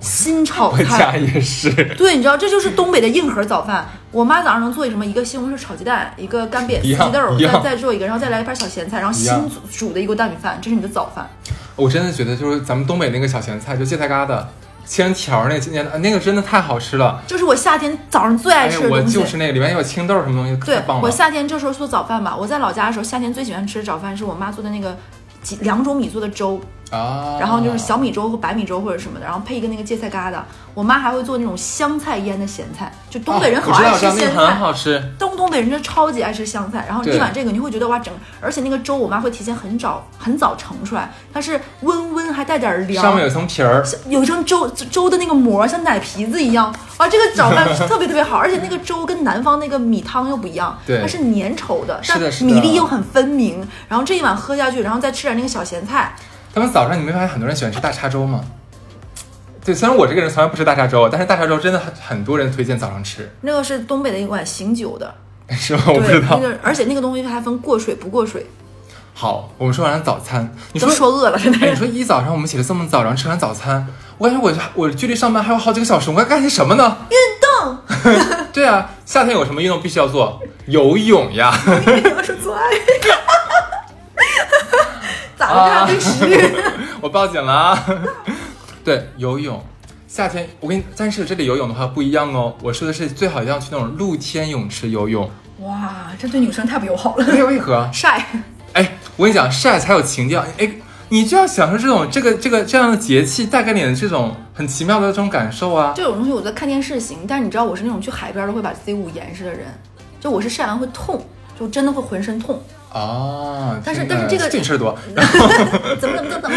Speaker 2: 新炒
Speaker 1: 我家
Speaker 2: 菜。
Speaker 1: 也是，
Speaker 2: 对，你知道这就是东北的硬核早饭。我妈早上能做什么？一个西红柿炒鸡蛋，一个干煸
Speaker 1: 一
Speaker 2: 四
Speaker 1: 样
Speaker 2: 季豆，
Speaker 1: 一样
Speaker 2: 再再做一个，然后再来一盘小咸菜，然后
Speaker 1: 一
Speaker 2: 新
Speaker 1: 样
Speaker 2: 煮煮的一锅大米饭，这是你的早饭。
Speaker 1: 我真的觉得就是咱们东北那个小咸菜，就芥菜疙瘩切成条儿那今年那个真的太好吃了，
Speaker 2: 这是我夏天早上最爱
Speaker 1: 哎
Speaker 2: 吃
Speaker 1: 呀
Speaker 2: 的，东西。
Speaker 1: 我就是那个里面有青豆儿什么东西，太
Speaker 2: 对
Speaker 1: 棒
Speaker 2: 我
Speaker 1: 了。
Speaker 2: 夏天这时候做早饭吧，我在老家的时候，夏天最喜欢吃的早饭是我妈做的那个几两种米做的粥，
Speaker 1: 啊，
Speaker 2: 然后就是小米粥和白米粥或者什么的，然后配一个那个芥菜疙瘩。我妈还会做那种香菜腌的咸菜，就东北人
Speaker 1: 啊
Speaker 2: 好爱
Speaker 1: 我
Speaker 2: 吃
Speaker 1: 知道，我知道
Speaker 2: 咸
Speaker 1: 那个很
Speaker 2: 菜。
Speaker 1: 好吃，
Speaker 2: 东东北人真的超级爱吃香菜，然后
Speaker 1: 对
Speaker 2: 一碗这个你会觉得哇整，而且那个粥我妈会提前很早很早盛出来，它是温温还带点凉，
Speaker 1: 上面有一层皮儿，
Speaker 2: 有一层粥粥的那个膜像奶皮子一样，啊，这 个早饭是特别特别好，而且那个粥跟南方那个米汤又不一样，
Speaker 1: 对
Speaker 2: 它是粘稠的，
Speaker 1: 是的
Speaker 2: 但
Speaker 1: 是的
Speaker 2: 米粒又很分明。然后这一碗喝下去，然后再吃点那个小咸菜，
Speaker 1: 他们早上你没发现很多人喜欢吃大碴粥吗？对，虽然我这个人从来不吃大碴粥，但是大碴粥真的很很多人推荐早上吃，
Speaker 2: 那个是东北的一碗醒酒的，
Speaker 1: 是吗？我不
Speaker 2: 对
Speaker 1: 知，
Speaker 2: 那
Speaker 1: 道。
Speaker 2: 个而且那个东西还分过水不过水，
Speaker 1: 好，我们说完了早餐，你
Speaker 2: 都
Speaker 1: 说，
Speaker 2: 说饿了，真
Speaker 1: 哎，你
Speaker 2: 的。
Speaker 1: 说一早上我们起来这么早，然后吃完早餐，我感觉我我距离上班还有好几个小时，我该干些什么呢？运动。 对啊，夏天有什么运动必须要做？游泳呀。
Speaker 2: 你们是做爱，咋了？咖啡师，
Speaker 1: 我报警了啊！ 对，游泳，夏天我跟你，但是这里游泳的话不一样哦。我说的是最好要去那种露天泳池游泳，
Speaker 2: 哇，这对女生太不友好了
Speaker 1: 不，知道为何？啊
Speaker 2: 晒。
Speaker 1: 哎，我跟你讲，晒才有情调。哎，你就要享受这种这个这个这样的节气带给你的这种很奇妙的这种感受啊！
Speaker 2: 这种东西我在看电视行，但是你知道我是那种去海边都会把自己捂严实的人，就我是晒完会痛，就真的会浑身 痛，
Speaker 1: 哦，
Speaker 2: 但是
Speaker 1: 真的
Speaker 2: 但是这个
Speaker 1: 这你事儿多，
Speaker 2: 怎么怎么怎么怎么，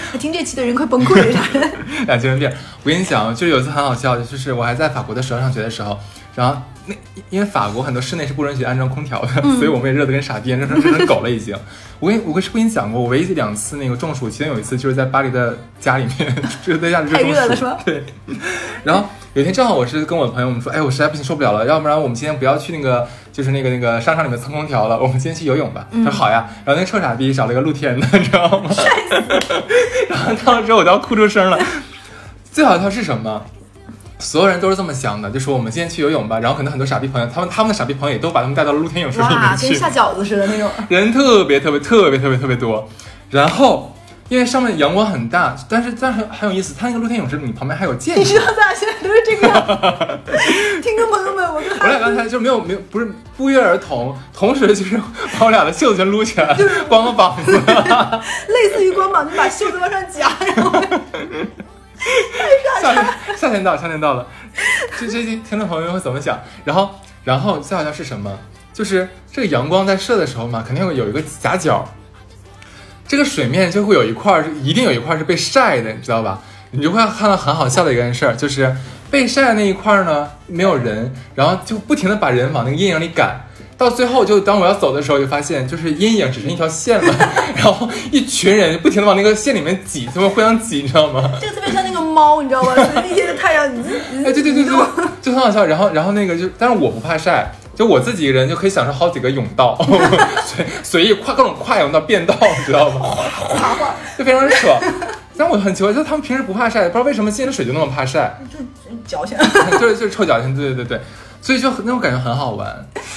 Speaker 2: 听这期的人快 崩溃了。
Speaker 1: 俩精神病。我跟你讲，就是有一次很好笑，就是我还在法国的时候上学的时候，然后那因为法国很多室内是不允许安装空调的，
Speaker 2: 嗯
Speaker 1: 所以我们也热得跟傻逼，热成 热成狗了已经。我跟我跟是不跟你讲过，我唯一两次那个中暑，其中有一次就是在巴黎的家里面， 就是在家里就
Speaker 2: 太
Speaker 1: 中暑
Speaker 2: 热了是吧
Speaker 1: 对。然后有一天正好我是跟我朋友们说，哎，我实在不行受不了了，要不然我们今天不要去那个就是那个那个商场里面蹭空调了，我们今天去游泳吧。
Speaker 2: 嗯
Speaker 1: 他说好呀，然后那个臭傻逼找了一个露天的，你知道吗？然后 当时我都要哭出声了。 最好笑是什么？所有人都是这么想的，就说我们今天去游泳吧，然后可能很多傻逼朋友，他们他们的傻逼朋友也都把他们带到了露天泳池里
Speaker 2: 哇
Speaker 1: 面，去
Speaker 2: 跟，下饺子似的那种。
Speaker 1: 人特别特别特别特别特别多。然后因为上面阳光很大，但是但是很很有意思，它那个露天泳池你旁边还有建
Speaker 2: 你
Speaker 1: 筑
Speaker 2: 知。道咱俩现在都是这个样 子，听众朋友们，我跟
Speaker 1: 我
Speaker 2: 哈
Speaker 1: 俩刚才就没有没有不是不约而同，同时就是把我俩的袖子全撸起来，光个膀子。
Speaker 2: 类似于光膀，你把袖子往上夹，然后
Speaker 1: 夏天夏天到，夏天到了，这这些听众朋友们会怎么想？然后然后最好笑是什么？就是这个阳光在射的时候嘛，肯定会有一个夹角，这个水面就会有一块儿，一定有一块儿是被晒的，你知道吧？你就会看到很好笑的一件事儿，就是被晒的那一块儿呢没有人，然后就不停的把人往那个阴影里赶。到最后，就当我要走的时候，就发现就是阴影只剩一条线了， 然后一群人不停的往那个线里面挤，他们互相挤，你知道吗？
Speaker 2: 这个特别像那个猫，你知道吧？随地贴着太阳，
Speaker 1: 哎，对对对对，就很好笑。然后，然后那个就，但是我不怕晒，就我自己一个人就可以享受好几个甬道， 随随意跨各种跨甬道变道，你知道吗？
Speaker 2: 哗哗，
Speaker 1: 就非常扯。但我很奇怪，就他们平时不怕晒，不知道为什么进了水就那么怕晒，
Speaker 2: 就就矫情。
Speaker 1: 就是就是臭脚心，对对对对。所以就很那种感觉很好玩，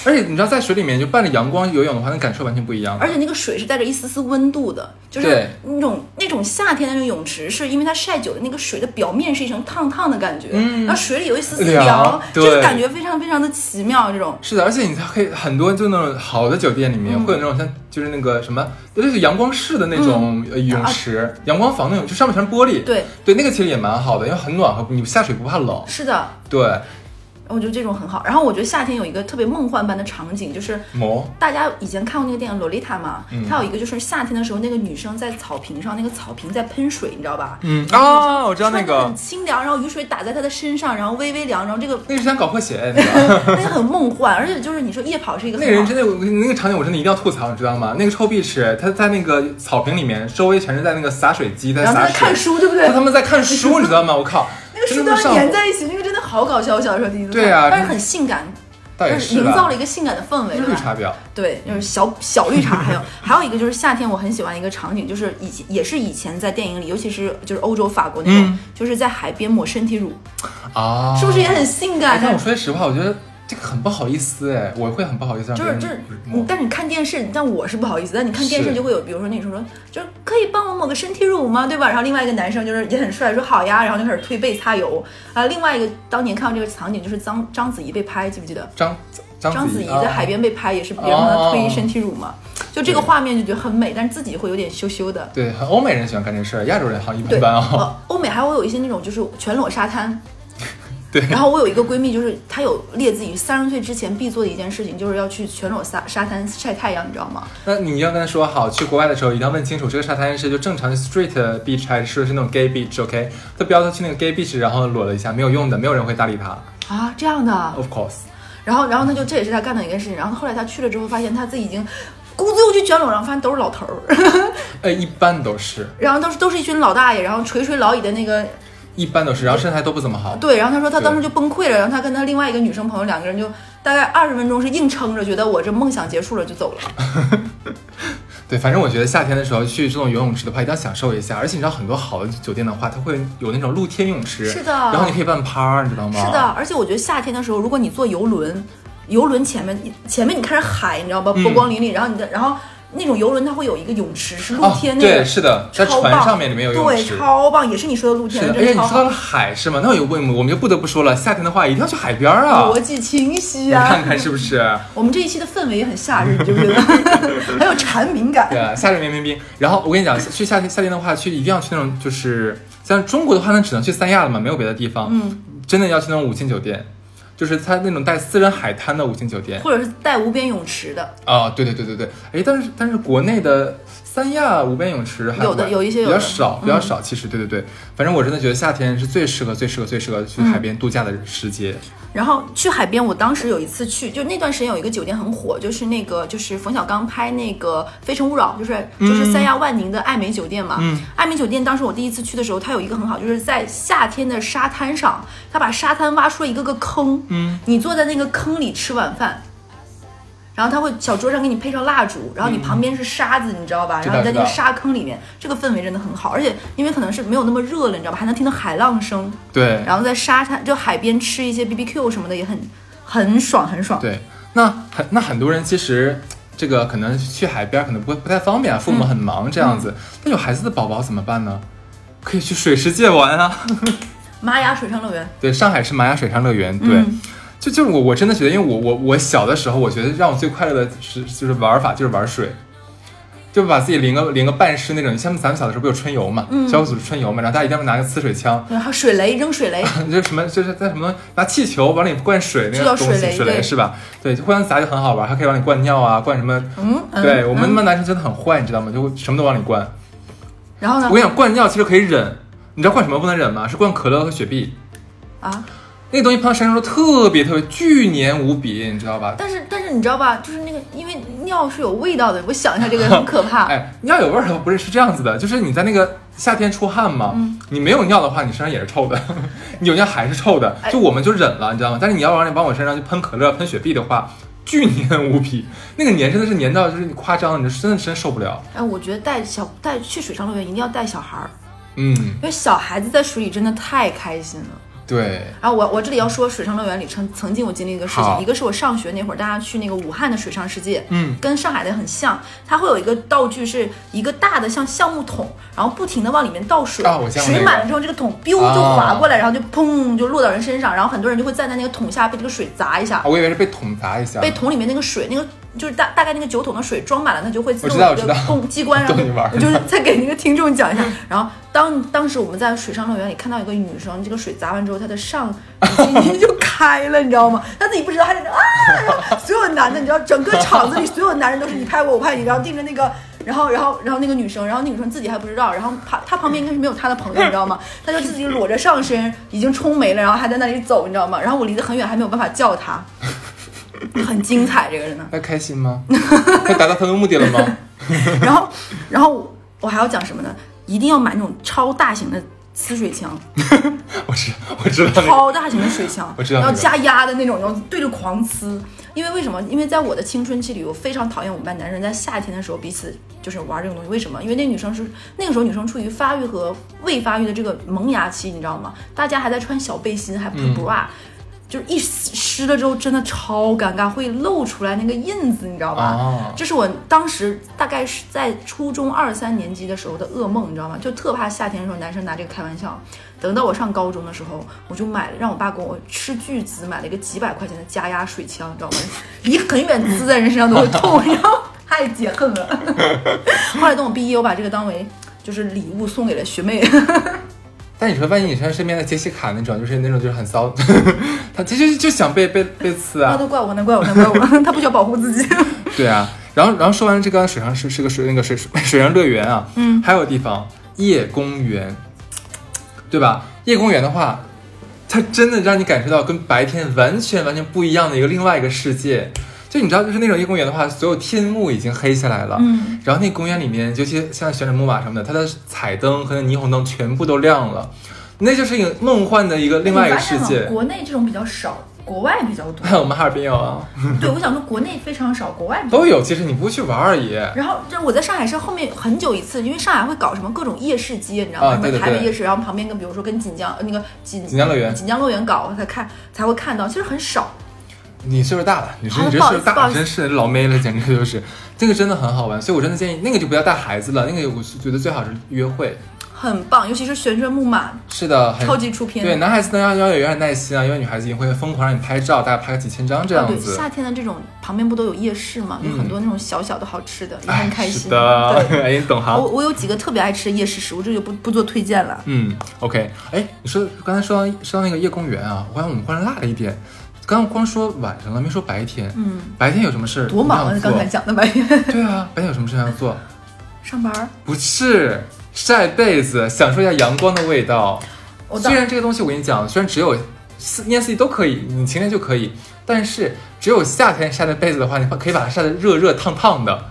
Speaker 1: 而且你知道，在水里面就伴着阳光游泳的话，那感受完全不一样。
Speaker 2: 而且那个水是带着一丝丝温度的，就是
Speaker 1: 对
Speaker 2: 那种那种夏天的那种泳池，是因为它晒久了，那个水的表面是一层烫烫的感觉，
Speaker 1: 嗯
Speaker 2: 然后水里有一丝丝
Speaker 1: 凉
Speaker 2: 凉，这
Speaker 1: 对
Speaker 2: 个感觉非常非常的奇妙。这种
Speaker 1: 是的，而且你才可以很多就那种好的酒店里
Speaker 2: 嗯
Speaker 1: 面、会有那种像就是那个什么，就是阳光室的那种
Speaker 2: 嗯
Speaker 1: 呃泳池、
Speaker 2: 啊
Speaker 1: 阳光房那种，就上面全是玻璃。
Speaker 2: 对，
Speaker 1: 对，那个其实也蛮好的，因为很暖和，你下水不怕冷。
Speaker 2: 是的，
Speaker 1: 对，
Speaker 2: 我觉得这种很好。然后我觉得夏天有一个特别梦幻般的场景，就是
Speaker 1: 毛
Speaker 2: 大家以前看过那个电影《洛丽塔》嘛
Speaker 1: 嗯，
Speaker 2: 它有一个就是夏天的时候，那个女生在草坪上，那个草坪在喷水，你知道吧？
Speaker 1: 嗯啊，我知道那
Speaker 2: 穿得
Speaker 1: 个
Speaker 2: 很，清凉，然后雨水打在她的身上，然后微微凉，然后这个
Speaker 1: 那个是想搞破鞋，你知道吗？
Speaker 2: 那个很梦幻，而且就是你说夜跑是一个
Speaker 1: 那
Speaker 2: 很
Speaker 1: 个人
Speaker 2: 好
Speaker 1: 真的，我那个场景我真的一定要吐槽，你知道吗？那个臭屁池，他在那个草坪里面，周围全是在那个洒水机在
Speaker 2: 然后
Speaker 1: 洒
Speaker 2: 他在
Speaker 1: 水，
Speaker 2: 看书，对不对
Speaker 1: 他？他们在看书，你知道吗？我靠，
Speaker 2: 那个
Speaker 1: 真
Speaker 2: 书
Speaker 1: 的
Speaker 2: 都
Speaker 1: 上
Speaker 2: 要粘在一起，那个真的好搞笑。我小时候第一次看，
Speaker 1: 对啊
Speaker 2: 但是很性感，
Speaker 1: 倒也
Speaker 2: 就是
Speaker 1: 是
Speaker 2: 营造
Speaker 1: 吧
Speaker 2: 了，一个性感的氛围，
Speaker 1: 就是
Speaker 2: 对
Speaker 1: 绿
Speaker 2: 吧？
Speaker 1: 茶婊，
Speaker 2: 对，就是小小绿茶，还有还有一个就是夏天，我很喜欢一个场景，就是以前也是以前在电影里，尤其是就是欧洲法国那种，
Speaker 1: 嗯
Speaker 2: 就是在海边抹身体乳，
Speaker 1: 啊，
Speaker 2: 是不是也很性
Speaker 1: 哎
Speaker 2: 感？啊
Speaker 1: 但我说句实话，我觉得这个很不好意思哎，我会很不好意思让
Speaker 2: 就
Speaker 1: 别人
Speaker 2: 是就是你
Speaker 1: 摸，
Speaker 2: 但是你看电视，但我是不好意思，但你看电视
Speaker 1: 是
Speaker 2: 就会有，比如说那种说，就是可以帮我抹个身体乳吗？对吧？然后另外一个男生就是也很帅，说好呀，然后就开始推背擦油啊。另外一个当年看到这个场景，就是章章子怡被拍，记不记得？
Speaker 1: 张
Speaker 2: 章
Speaker 1: 张
Speaker 2: 子怡
Speaker 1: 啊
Speaker 2: 在海边被拍，也是别人帮她推身体乳嘛，就这个
Speaker 1: 对
Speaker 2: 画面就觉得很美，但是自己会有点羞羞的。
Speaker 1: 对，很欧美人喜欢干这事儿，亚洲人好像一
Speaker 2: 对，
Speaker 1: 般般哦。
Speaker 2: 呃，欧美还会有一些那种就是全裸沙滩。
Speaker 1: 对
Speaker 2: 然后我有一个闺蜜，就是她有列自己三十岁之前必做的一件事情，就是要去全裸沙沙滩晒太阳，你知道吗？
Speaker 1: 那你要跟他说好，去国外的时候一定要问清楚，这个沙滩是就正常的 street beach 还是是那种 gay beach？OK，、他不要他去那个 gay beach，然后裸了一下，没有用的，没有人会搭理他。
Speaker 2: 啊，这样的。
Speaker 1: Of course，
Speaker 2: 然后，然后他就这也是他干的一件事情。然后后来他去了之后，发现他自己已经咕嘟又去卷拢，然后发现都是老头儿，
Speaker 1: 呃，一般都是，
Speaker 2: 然后都是都是一群老大爷，然后垂垂老矣的那个
Speaker 1: 一般都是，然后身材都不怎么好。
Speaker 2: 对。然后他说他当时就崩溃了，然后他跟他另外一个女生朋友两个人就大概二十分钟是硬撑着，觉得我这梦想结束了就走了。
Speaker 1: 对，反正我觉得夏天的时候去这种游泳池的话，一定要享受一下。而且你知道，很多好的酒店的话，它会有那种露天泳池，
Speaker 2: 是的
Speaker 1: 然后你可以办趴儿，你知道吗？
Speaker 2: 是的，，而且我觉得夏天的时候，如果你坐游轮，游轮前面前面你看着海，你知道吧，
Speaker 1: 嗯
Speaker 2: 波光粼粼，然后你的然后那种游轮它会有一个泳池是露
Speaker 1: 哦，
Speaker 2: 天那
Speaker 1: 对，
Speaker 2: 个。
Speaker 1: 是的，在
Speaker 2: 超
Speaker 1: 船
Speaker 2: 棒
Speaker 1: 上面里面有游泳
Speaker 2: 对，
Speaker 1: 池。
Speaker 2: 超棒，也是你说的露天
Speaker 1: 是的，，而
Speaker 2: 真
Speaker 1: 且
Speaker 2: 的
Speaker 1: 你
Speaker 2: 超
Speaker 1: 说到
Speaker 2: 好
Speaker 1: 了。海是吗？那有问我们就不得不说了，夏天的话一定要去海边儿啊！
Speaker 2: 逻辑清晰
Speaker 1: 你
Speaker 2: 啊！
Speaker 1: 看看是不 是？
Speaker 2: 我们这一期的氛围也很夏日，你觉不觉得？ 很有蝉鸣感
Speaker 1: 对，啊，夏日绵绵冰。然后我跟你讲，去夏天夏天的话，去一定要去那种就是像中国的话，那只能去三亚了嘛，没有别的地方。
Speaker 2: 嗯，
Speaker 1: 真的要去那种五星酒店，就是它那种带私人海滩的五星酒店。
Speaker 2: 或者是带无边泳池的，
Speaker 1: 啊，对对对对对，哎，但是但是国内的三亚无边泳池还
Speaker 2: 有的有一些
Speaker 1: 比
Speaker 2: 有
Speaker 1: 较
Speaker 2: 的嗯
Speaker 1: 少，比较少。其实对对对，反正我真的觉得夏天是最适合、最适合、最适合去海边度假的时节。
Speaker 2: 然后去海边，我当时有一次去，就那段时间有一个酒店很火，就是那个就是冯小刚拍那个《非诚勿扰》，就是就是三亚万宁的艾美酒店嘛。
Speaker 1: 嗯
Speaker 2: 艾美酒店当时我第一次去的时候，它有一个很好，就是在夏天的沙滩上，它把沙滩挖出了一个个坑，
Speaker 1: 嗯，
Speaker 2: 你坐在那个坑里吃晚饭。然后他会小桌上给你配上蜡烛，然后你旁边是沙子，你知道吧？
Speaker 1: 知道
Speaker 2: 然后你在
Speaker 1: 嗯
Speaker 2: 那个
Speaker 1: 知道
Speaker 2: 沙坑里面，这个氛围真的很好，而且因为可能是没有那么热了，你知道吧？还能听到海浪声，
Speaker 1: 对
Speaker 2: 然后在沙滩就海边吃一些 B B Q 什么的也很很爽很爽。
Speaker 1: 对，那很那很多人其实。这个可能去海边可能不不太方便啊，父母很
Speaker 2: 嗯
Speaker 1: 忙这样子。那有孩子的宝宝怎么办呢？可以去水世界玩啊。
Speaker 2: 玛雅水上乐园，
Speaker 1: 对，上海是玛雅水上乐园。对，
Speaker 2: 嗯
Speaker 1: 就就是我我真的觉得，因为我我我小的时候，我觉得让我最快乐的是就是玩法，就是玩水，就把自己淋个淋个半湿那种。像咱们小的时候不有春游嘛，
Speaker 2: 嗯
Speaker 1: 小组春游嘛，然后大家一定要拿个呲水枪，
Speaker 2: 然后水雷扔水雷，
Speaker 1: 就是什么就是在什么拿气球往里灌水那
Speaker 2: 知
Speaker 1: 个
Speaker 2: 道
Speaker 1: 东
Speaker 2: 水
Speaker 1: 西，
Speaker 2: 雷
Speaker 1: 水雷
Speaker 2: 对
Speaker 1: 是吧？对，就互相砸就很好玩，还可以往里灌尿啊，灌什么。
Speaker 2: 嗯，嗯
Speaker 1: 对我们他
Speaker 2: 嗯
Speaker 1: 妈男生真的很坏，你知道吗？就什么都往里灌。
Speaker 2: 然后
Speaker 1: 我
Speaker 2: 呢
Speaker 1: 嗯跟你讲，灌尿其实可以忍，你知道灌什么不能忍吗？是灌可乐和雪碧。
Speaker 2: 啊，
Speaker 1: 那个东西碰到山上的时候特别特别巨黏无比，你知道吧？
Speaker 2: 但是但是你知道吧，就是那个因为尿是有味道的，我想一下这个很可怕。
Speaker 1: 哎，尿有味儿的不是是这样子的，就是你在那个夏天出汗嘛，你没有尿的话，你身上也是臭的， 你有尿还是臭的，
Speaker 2: 哎
Speaker 1: 就我们就忍了，你知道吗？但是你要往里往我身上去喷可乐、喷雪碧的话，巨黏无比，那个黏真的是黏到就是你夸张，你就真的真受不了。
Speaker 2: 哎，我觉得带小带去水上乐园一定要带小孩儿，
Speaker 1: 嗯，
Speaker 2: 因为小孩子在水里真的太开心了。
Speaker 1: 对，
Speaker 2: 啊，我我这里要说水上乐园里曾曾经我经历一个事情，
Speaker 1: 好
Speaker 2: 一个是我上学那会儿，大家去那个武汉的水上世界，
Speaker 1: 嗯，
Speaker 2: 跟上海的很像，它会有一个道具是一个大的像橡木桶，然后不停的往里面倒水，
Speaker 1: 啊我见过那
Speaker 2: 水
Speaker 1: 个啊
Speaker 2: 满了之后，这个桶 biu 就滑过来，然后就砰就落到人身上，然后很多人就会站在那个桶下被这个水砸一下
Speaker 1: 啊，，我以为是被捅砸一下，
Speaker 2: 被桶里面那个水那个。就是大大概那个酒桶的水装满了，它就会自
Speaker 1: 我
Speaker 2: 动
Speaker 1: 知道
Speaker 2: 有一
Speaker 1: 我
Speaker 2: 个
Speaker 1: 知道
Speaker 2: 供机关，然后
Speaker 1: 逗你玩儿
Speaker 2: 我就是再给那个听众讲一下。然后当当时我们在水上乐园里看到一个女生，这个水砸完之后，她的上已经就开了，你知道吗？她自己不知道，她在那啊，然后所有男的，你知道，整个场子里所有男人都是你拍我，我拍你，然后盯着那个。然后，然后，然后那个女生，然后那个女生自己还不知道，然后她她旁边应该是没有她的朋友，你知道吗？她就自己裸着上身，已经冲没了，然后还在那里走，你知道吗？然后我离得很远，还没有办法叫她。很精彩，这个人呢。
Speaker 1: 那开心吗？ 他达到他的目的了吗？
Speaker 2: 然后，然后我还要讲什么呢？一定要买那种超大型的呲水枪，
Speaker 1: 我知我知道那个，
Speaker 2: 超大型的水枪
Speaker 1: 我知道那
Speaker 2: 然
Speaker 1: 个
Speaker 2: 后加压的那种，然后对着狂呲。因为为什么？因为在我的青春期里，我非常讨厌我们班男生在夏天的时候彼此就是玩这种东西。为什么？因为那女生是那个时候女生处于发育和未发育的这个萌芽期，你知道吗？大家还在穿小背心，还不是
Speaker 1: 嗯
Speaker 2: bra，、就是一湿湿了之后真的超尴尬，会露出来那个印子，你知道吧？
Speaker 1: 哦
Speaker 2: 这是我当时大概是在初中二三年级的时候的噩梦，你知道吗？就特怕夏天的时候男生拿这个开玩笑。等到我上高中的时候，我就买了，让我爸给我吃巨资买了一个几百块钱的加压水枪，你知道吗？离很远呲在人身上都会痛，然后太解恨了。后来等我毕业，我把这个当为就是礼物送给了学妹。
Speaker 1: 但你说，万一你像身边的杰西卡那种，就是那种就是很骚， 他其实就想被被被刺
Speaker 2: 那
Speaker 1: 啊，
Speaker 2: 都怪我，那怪我，那怪我， 他不需要保护自己。
Speaker 1: 对啊。然后然后说完这个水上是是个水那个水 水水上乐园啊，
Speaker 2: 嗯，
Speaker 1: 还有地方夜公园，对吧？夜公园的话，它真的让你感受到跟白天完全完全不一样的一个另外一个世界。就你知道，就是那种夜公园的话，所有天幕已经黑下来了，
Speaker 2: 嗯，
Speaker 1: 然后那公园里面，尤其像旋转木马什么的，它的彩灯和霓虹灯全部都亮了，那就是一个梦幻的一个另外一个世
Speaker 2: 你发现
Speaker 1: 界
Speaker 2: 了。国内这种比较少，国外比 较多。
Speaker 1: 还有我们哈尔滨有啊，
Speaker 2: 对，我想说国内非常少，国外比较多
Speaker 1: 都有。其实你不去玩而已。
Speaker 2: 然后这我在上海是后面很久一次，因为上海会搞什么各种夜市街，你知道
Speaker 1: 啊
Speaker 2: 吗？
Speaker 1: 对
Speaker 2: 什
Speaker 1: 对
Speaker 2: 么
Speaker 1: 对
Speaker 2: 台北夜市，然后旁边跟比如说跟锦江呃那个锦
Speaker 1: 锦江乐园
Speaker 2: 锦江乐园搞才看才会看到，其实很少。
Speaker 1: 你岁数大了，你说你这
Speaker 2: 好
Speaker 1: 岁数
Speaker 2: 啊不好
Speaker 1: 大了，
Speaker 2: 意思
Speaker 1: 真是老妹了，简直就是。这个真的很好玩，所以我真的建议那个就不要带孩子了，那个我是觉得最好是约会。
Speaker 2: 很棒，尤其是旋转木马，
Speaker 1: 是的，很
Speaker 2: 超级出片。
Speaker 1: 哎对，男孩子呢要要有点耐心啊，因为女孩子也会疯狂让你拍照，大概拍个几千张这
Speaker 2: 啊，
Speaker 1: 样
Speaker 2: 对，
Speaker 1: 子。嗯
Speaker 2: 夏天的这种旁边不都有夜市吗？有很多那种小小的好吃的，也
Speaker 1: 哎
Speaker 2: 很开心。
Speaker 1: 是的，
Speaker 2: 对，
Speaker 1: 哎，你懂行
Speaker 2: 我。我有几个特别爱吃的夜市食物，这就不不做推荐了。
Speaker 1: 嗯，OK，哎，你说刚才说到说到那个夜公园啊，我发现我们忽然落了一点，刚刚光说晚上了，没说白天。
Speaker 2: 嗯，
Speaker 1: 白天有什么事儿
Speaker 2: 多忙
Speaker 1: 要
Speaker 2: 啊！
Speaker 1: 做
Speaker 2: 刚才讲的白天
Speaker 1: 对啊，白天有什么事儿要做？
Speaker 2: 上班儿，
Speaker 1: 不是晒被子，享受一下阳光的味道。
Speaker 2: 我到
Speaker 1: 虽然这个东西我跟你讲，虽然只有四一年四季都可以，你晴天就可以，但是只有夏天晒的被子的话，你可以把它晒得热热烫烫的，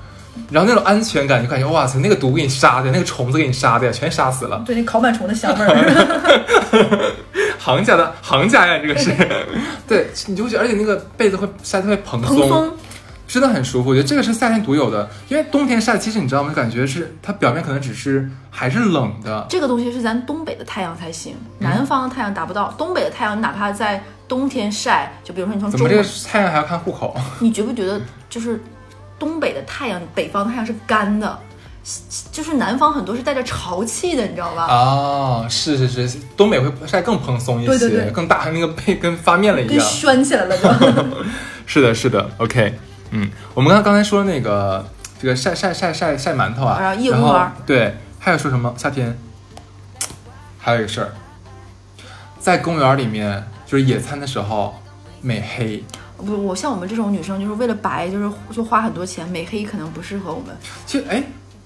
Speaker 1: 然后那种安全感，就感觉哇塞，那个毒给你杀的，那个虫子给你杀的呀，全杀死 了。
Speaker 2: 对那烤螨虫的香味 儿。
Speaker 1: 行家的行家呀，这 个是，对，你就会觉得，而且那个被子会晒得特别蓬
Speaker 2: 蓬松，
Speaker 1: 真的很舒服。我觉得这个是夏天独有的，因为冬天晒，其实你知道吗？感觉是它表面可能只是还是冷的，
Speaker 2: 这个东西是咱东北的太阳才行，南方的太阳达不到。东北的太阳，你哪怕在冬天晒，就比如说你从
Speaker 1: 怎
Speaker 2: 中
Speaker 1: 么这
Speaker 2: 午
Speaker 1: 个，太阳还要看户口？
Speaker 2: 你觉不觉得就是东北的太阳，北方的太阳是干的，就是南方很多是带着潮气的，你知道吧？
Speaker 1: 啊，是是是，东北会晒更蓬松一些，
Speaker 2: 对对对
Speaker 1: 更大，那个被跟发面了一
Speaker 2: 跟
Speaker 1: 样。
Speaker 2: 宣起来了 就。
Speaker 1: 是的，是的，OK，嗯，我们刚刚才说那个这个晒晒晒晒晒馒头啊，
Speaker 2: 然后夜公
Speaker 1: 后
Speaker 2: 园儿
Speaker 1: 对，还有说什么夏天，还有一个事儿，在公园儿里面就是野餐的时候美黑，
Speaker 2: 不，我像我们这种女生，就是为了白，就是就花很多钱，美黑可能不适合我们。
Speaker 1: 其实哎。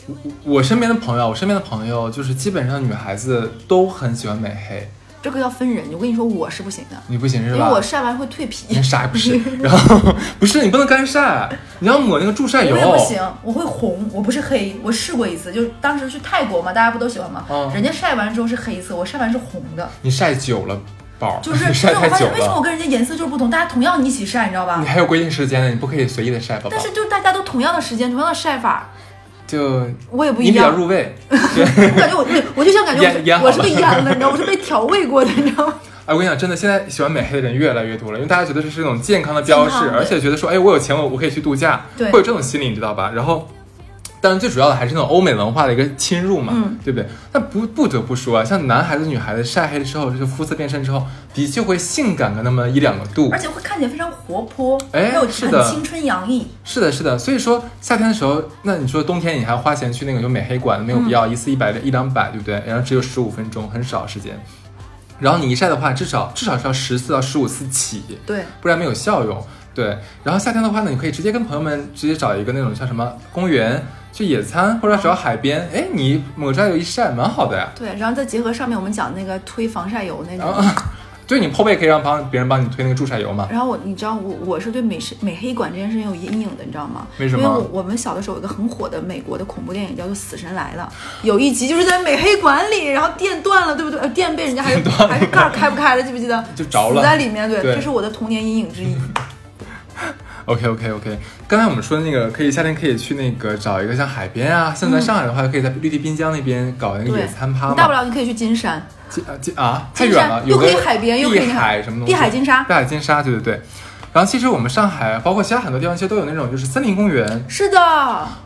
Speaker 1: 我我身边的朋友，我身边的朋友就是基本上女孩子都很喜欢美黑，
Speaker 2: 这个要分人。我跟你说，我是不行的，
Speaker 1: 你不行是
Speaker 2: 因为
Speaker 1: 吧？
Speaker 2: 我晒完会蜕皮
Speaker 1: 连，啥也不 是，然后不是你不能干晒，你要抹那个助晒油
Speaker 2: 我也。不行，我会红，我不是黑。我试过一次，就当时去泰国嘛，大家不都喜欢吗？
Speaker 1: 嗯
Speaker 2: 人家晒完之后是黑色，我晒完是红 的，
Speaker 1: 你晒久了，宝儿，
Speaker 2: 就是
Speaker 1: 你
Speaker 2: 就是
Speaker 1: 晒
Speaker 2: 我
Speaker 1: 太
Speaker 2: 发
Speaker 1: 久
Speaker 2: 现为什么
Speaker 1: 了，
Speaker 2: 我
Speaker 1: 啊
Speaker 2: 跟人家颜色就是不同，大家同样一起晒，你知道吧
Speaker 1: 你？还有规定时间的，你不可以随意的晒，宝宝
Speaker 2: 但。是就大家都同样的时间，同样的晒法，
Speaker 1: 就
Speaker 2: 我也不
Speaker 1: 你
Speaker 2: 一
Speaker 1: 比较
Speaker 2: 样。
Speaker 1: 入味，
Speaker 2: 我 感觉我对我就像 感觉
Speaker 1: 腌腌好
Speaker 2: 我是我是
Speaker 1: 了
Speaker 2: 被腌的，你知道，我是被调味过的，你知道吗？
Speaker 1: 哎，我跟你讲，真的，现在喜欢美黑的人越来越多了，因为大家觉得这是一种健康的标
Speaker 2: 健康
Speaker 1: 志，
Speaker 2: 对
Speaker 1: 而且觉得说，哎，我有钱，我我可以去度假，
Speaker 2: 对
Speaker 1: 会有这种心理，你知道吧？然后，但是最主要的还是那种欧美文化的一个侵入嘛，
Speaker 2: 嗯
Speaker 1: 对不对？但不不得不说啊，像男孩子、女孩子晒黑之后，这个肤色变深之后，的确会性感个那么一两个度
Speaker 2: 而。且会看起来非常活泼，
Speaker 1: 哎
Speaker 2: 还有
Speaker 1: 是
Speaker 2: 很
Speaker 1: 的
Speaker 2: 青春洋溢。
Speaker 1: 是的，是的，所以说夏天的时候，那你说冬天你还花钱去那个有美黑馆，没有必要，一次一百一两百，对不对？然后只有十五分钟，很少时间。然后你一晒的话，至少至少是要十次到十五次起，
Speaker 2: 对，
Speaker 1: 不然没有效用。对，然后夏天的话呢，你可以直接跟朋友们直接找一个那种像什么公园去野餐，或者找海边，哎，你抹上油一晒，蛮好的呀。
Speaker 2: 对，然后再结合上面我们讲那个推防晒油那种，
Speaker 1: 然后，对你后背可以让帮别人帮你推那个助晒油嘛。
Speaker 2: 然后我你知道我我是对美式美黑馆这件事情有阴影的，你知道吗？
Speaker 1: 为什么
Speaker 2: 因为我我们小的时候有一个很火的美国的恐怖电影叫做《死神来了》，有一集就是在美黑馆里，然后电断了，对不对？呃电被 人家还是还是盖儿开不开了，记不记得？
Speaker 1: 就着了
Speaker 2: 死在里面，对，
Speaker 1: 对
Speaker 2: 这是我的童年阴 影之一。
Speaker 1: OK OK OK，刚才我们说的那个可以夏天可以去那个找一个像海边啊，像在上海的话，可以在绿地滨江那边搞那个
Speaker 2: 对
Speaker 1: 野餐趴
Speaker 2: 你大不
Speaker 1: 嘛。
Speaker 2: 了你可以去金山，
Speaker 1: 金啊金啊，太
Speaker 2: 金
Speaker 1: 远
Speaker 2: 山
Speaker 1: 了，
Speaker 2: 又
Speaker 1: 有
Speaker 2: 可
Speaker 1: 个
Speaker 2: 以海边，又可以
Speaker 1: 碧
Speaker 2: 那个
Speaker 1: 海什么东西？
Speaker 2: 碧海金沙。
Speaker 1: 碧海金沙，对对对。然后其实我们上海，包括其他很多地方，其实都有那种就是森林公园，
Speaker 2: 是的，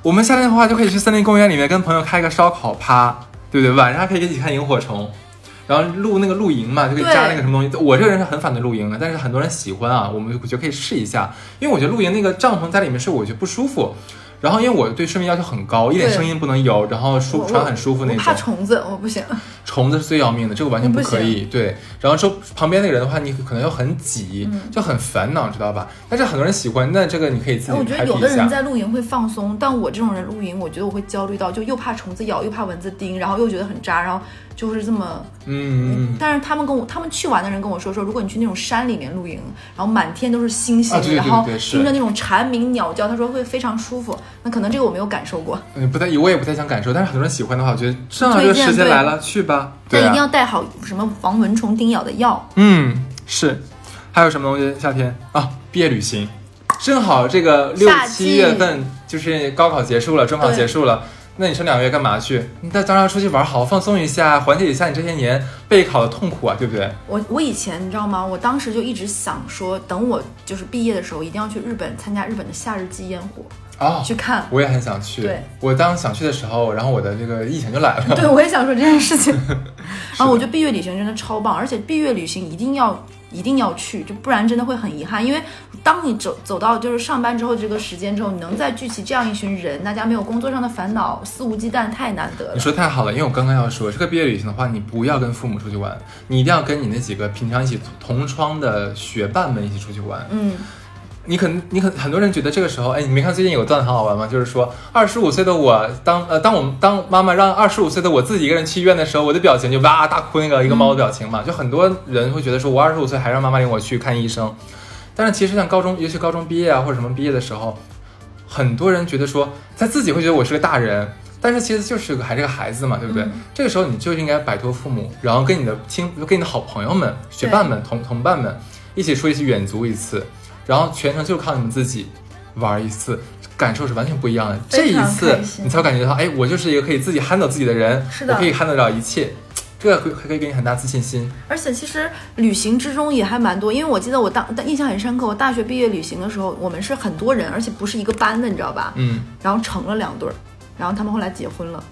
Speaker 1: 我们夏天的话就可以去森林公园里面跟朋友开个烧烤趴，对不对？晚上还可以一起看萤火虫，然后露那个露营嘛，就可以
Speaker 2: 对
Speaker 1: 扎那个什么东西。我这个人是很反对露营的，但是很多人喜欢啊，我们我觉得可以试一下，因为我觉得露营那个帐篷在里面睡，我觉得不舒服。然后因为我对睡眠要求很高，一点
Speaker 2: 对
Speaker 1: 声音不能有，然后舒
Speaker 2: 我
Speaker 1: 床很舒服那
Speaker 2: 我
Speaker 1: 种。
Speaker 2: 怕虫子，我不行。
Speaker 1: 虫子是最要命的，这个完全
Speaker 2: 不
Speaker 1: 可以。对，然后说旁边那个人的话，你可能又很挤，
Speaker 2: 嗯
Speaker 1: 就很烦恼，知道吧？但是很多人喜欢，那这个你可以自
Speaker 2: 哎我
Speaker 1: 己
Speaker 2: 觉
Speaker 1: 排比
Speaker 2: 得有
Speaker 1: 一
Speaker 2: 的
Speaker 1: 下。
Speaker 2: 人在露营会放松，但我这种人露营，我觉得我会焦虑到，就又怕虫子咬，又怕蚊子叮，然后又觉得很扎，然后就是这么。
Speaker 1: 嗯嗯嗯，
Speaker 2: 但是他们跟我，他们去玩的人跟我说说，如果你去那种山里面露营，然后满天都是星星，
Speaker 1: 啊对对对
Speaker 2: 然后
Speaker 1: 对是
Speaker 2: 听着那种蝉鸣鸟叫，他说会非常舒服。那可能这个我没有感受过，
Speaker 1: 嗯，不太，我也不太想感受，但是很多人喜欢的话，我觉得正好这个
Speaker 2: 推荐
Speaker 1: 时间
Speaker 2: 对
Speaker 1: 来了，去吧。
Speaker 2: 但
Speaker 1: 对
Speaker 2: 一定
Speaker 1: 啊，
Speaker 2: 要带好什么防蚊虫叮咬的药。
Speaker 1: 嗯，是。还有什么东西？夏天啊，毕业旅行，正好这个六
Speaker 2: 夏季
Speaker 1: 七月份就是高考结束了，中考
Speaker 2: 对
Speaker 1: 结束了，那你剩两个月干嘛去？你那当然要出去玩，好好放松一下，缓解一下你这些年备考的痛苦啊，对不对？
Speaker 2: 我我以前你知道吗？我当时就一直想说，等我就是毕业的时候，一定要去日本参加日本的夏日祭烟火，
Speaker 1: 啊、
Speaker 2: 去看。
Speaker 1: 我也很想去。
Speaker 2: 对，
Speaker 1: 我当时想去的时候，然后我的这个疫情就来 了。
Speaker 2: 对，我也想说这件事情。然后我觉得毕业旅行真的超棒，而且毕业旅行一定要一定要去，就不然真的会很遗憾。因为当你走走到就是上班之后这个时间之后，你能再聚齐这样一群人，大家没有工作上的烦恼，肆无忌惮，太难得
Speaker 1: 你
Speaker 2: 了。
Speaker 1: 说太好了，因为我刚刚要说，这个毕业旅行的话，你不要跟父母出去玩，你一定要跟你那几个平常一起同窗的学伴们一起出去玩。
Speaker 2: 嗯，
Speaker 1: 你可能，你可很多人觉得这个时候，哎，你没看最近有个段很好玩吗？就是说，二十五岁的我当呃，当我们当妈妈让二十五岁的我自己一个人去医院的时候，我的表情就哇大哭那个一个猫的表情嘛，就很多人会觉得说我二十五岁还让妈妈领我去看医生，但是其实像高中，尤其高中毕业啊或者什么毕业的时候，很多人觉得说他自己会觉得我是个大人，但是其实就是个还是个孩子嘛，对不对？
Speaker 2: 嗯
Speaker 1: 这个时候你就应该摆脱父母，然后跟你的亲，跟你的好朋友们、学伴们、同同伴们一起出去远足一次，然后全程就靠你们自己玩一次。感受是完全不一样的。这
Speaker 2: 非
Speaker 1: 一
Speaker 2: 常
Speaker 1: 次
Speaker 2: 开心
Speaker 1: 你才会感觉到，哎，我就是一个可以自己 handle 自己的人，
Speaker 2: 是的
Speaker 1: 我可以 handle 得了一切，这个会可以给你很大自信心。
Speaker 2: 而且其实旅行之中也还蛮多，因为我记得我当但印象很深刻，我大学毕业旅行的时候，我们是很多人，而且不是一个班的，你知道吧？
Speaker 1: 嗯，
Speaker 2: 然后成了两对儿，然后他们后来结婚了。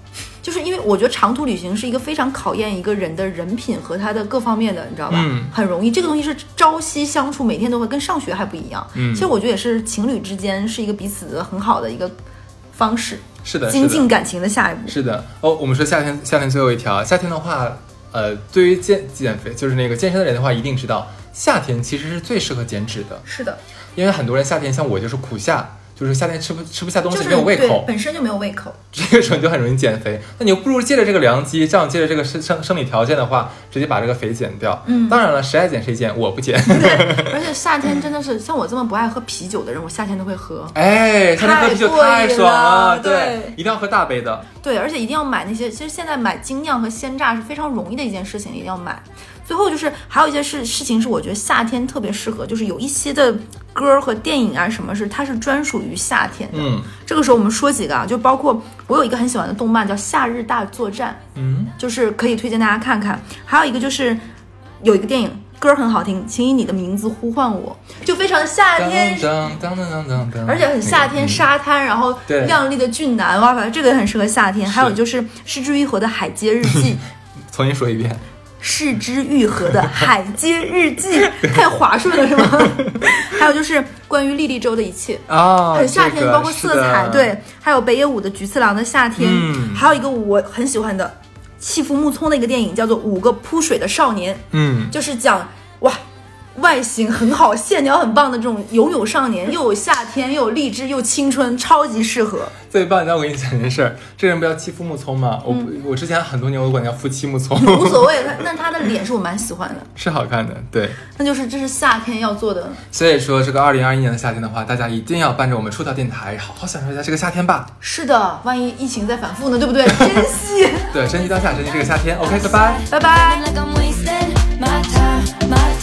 Speaker 2: 就是因为我觉得长途旅行是一个非常考验一个人的人品和他的各方面的，你知道吧？
Speaker 1: 嗯
Speaker 2: 很容易，这个东西是朝夕相处，每天都会跟上学还不一样。
Speaker 1: 嗯
Speaker 2: 其实我觉得也是情侣之间是一个彼此的很好的一个方式，
Speaker 1: 是的，
Speaker 2: 精
Speaker 1: 是的。
Speaker 2: 进感情的下一步。
Speaker 1: 是的，哦，我们说夏天，夏天最后一条，夏天的话，呃，对于健减肥就是那个健身的人的话，一定知道，夏天其实是最适合减脂的，
Speaker 2: 是的，
Speaker 1: 因为很多人夏天像我就是苦夏，就是夏天吃不吃不下东
Speaker 2: 就
Speaker 1: 西，
Speaker 2: 是
Speaker 1: 没有胃
Speaker 2: 对
Speaker 1: 口，
Speaker 2: 本身就没有胃 口，
Speaker 1: 这个时候你就很容易减肥。那你又不如借着这个良机，这样借着这个生生生理条件的话，直接把这个肥减掉。
Speaker 2: 嗯
Speaker 1: 当然了，谁爱减谁减，我不 减。
Speaker 2: 而且夏天真的是像我这么不爱喝啤酒的人，我夏天都会喝。
Speaker 1: 哎，夏天喝啤酒
Speaker 2: 太
Speaker 1: 太
Speaker 2: 过瘾
Speaker 1: 爽
Speaker 2: 了
Speaker 1: 对，
Speaker 2: 对
Speaker 1: 一定要喝大杯的。
Speaker 2: 对，而且一定要买那些，其实现在买精酿和鲜榨是非常容易的一件事情，一定要买。最后就是还有一些事事情是我觉得夏天特别适合，就是有一些的歌儿和电影啊什么是它是专属于夏天的。
Speaker 1: 嗯
Speaker 2: 这个时候我们说几个啊，就包括我有一个很喜欢的动漫叫《夏日大作战
Speaker 1: 嗯》，，
Speaker 2: 就是可以推荐大家看看。还有一个就是有一个电影歌儿很好听，请以你的名字呼唤我，就非常夏天
Speaker 1: 当当当当当当，
Speaker 2: 而且很
Speaker 1: 嗯
Speaker 2: 夏
Speaker 1: 那个
Speaker 2: 天，沙滩，然后
Speaker 1: 对
Speaker 2: 亮丽的俊男，哇，反正这个也很适合夏天。还有就是失之愈合的《海街日 记》，
Speaker 1: 嗯重新说一遍。
Speaker 2: 失之愈合的《海街日记》太滑顺了是吗？ 还有就是关于莉莉周的一切。
Speaker 1: 啊，
Speaker 2: 很夏天，
Speaker 1: 这个
Speaker 2: 包括
Speaker 1: 是
Speaker 2: 色彩，
Speaker 1: 的，
Speaker 2: 对，还有北野武的《菊次郎的夏天》
Speaker 1: 嗯
Speaker 2: 还有一个我很喜欢的弃妇木聪的一个电影，叫做《五个扑水的少年》。
Speaker 1: 嗯，
Speaker 2: 就是讲哇，外形很好、线条很棒的这种游泳少年，又有夏天，又有励志，又青春，超级适合。
Speaker 1: 最棒！你知道我跟你讲件事儿，这人不叫欺负木聪吗？我、我之前很多年我管他叫夫妻木聪，
Speaker 2: 嗯无所谓，他但他的脸是我蛮喜欢的，
Speaker 1: 是好看的，对。
Speaker 2: 那就是这是夏天要做的。
Speaker 1: 所以说，这个二零二一年的夏天的话，大家一定要伴着我们出道电台，好好享受一下这个夏天吧。
Speaker 2: 是的，万一疫情再反复呢，对不对？珍惜，
Speaker 1: 对，珍惜当下，珍惜这个夏天。OK，拜拜。
Speaker 2: 拜拜。
Speaker 3: Feeling like I'm wasting my time, my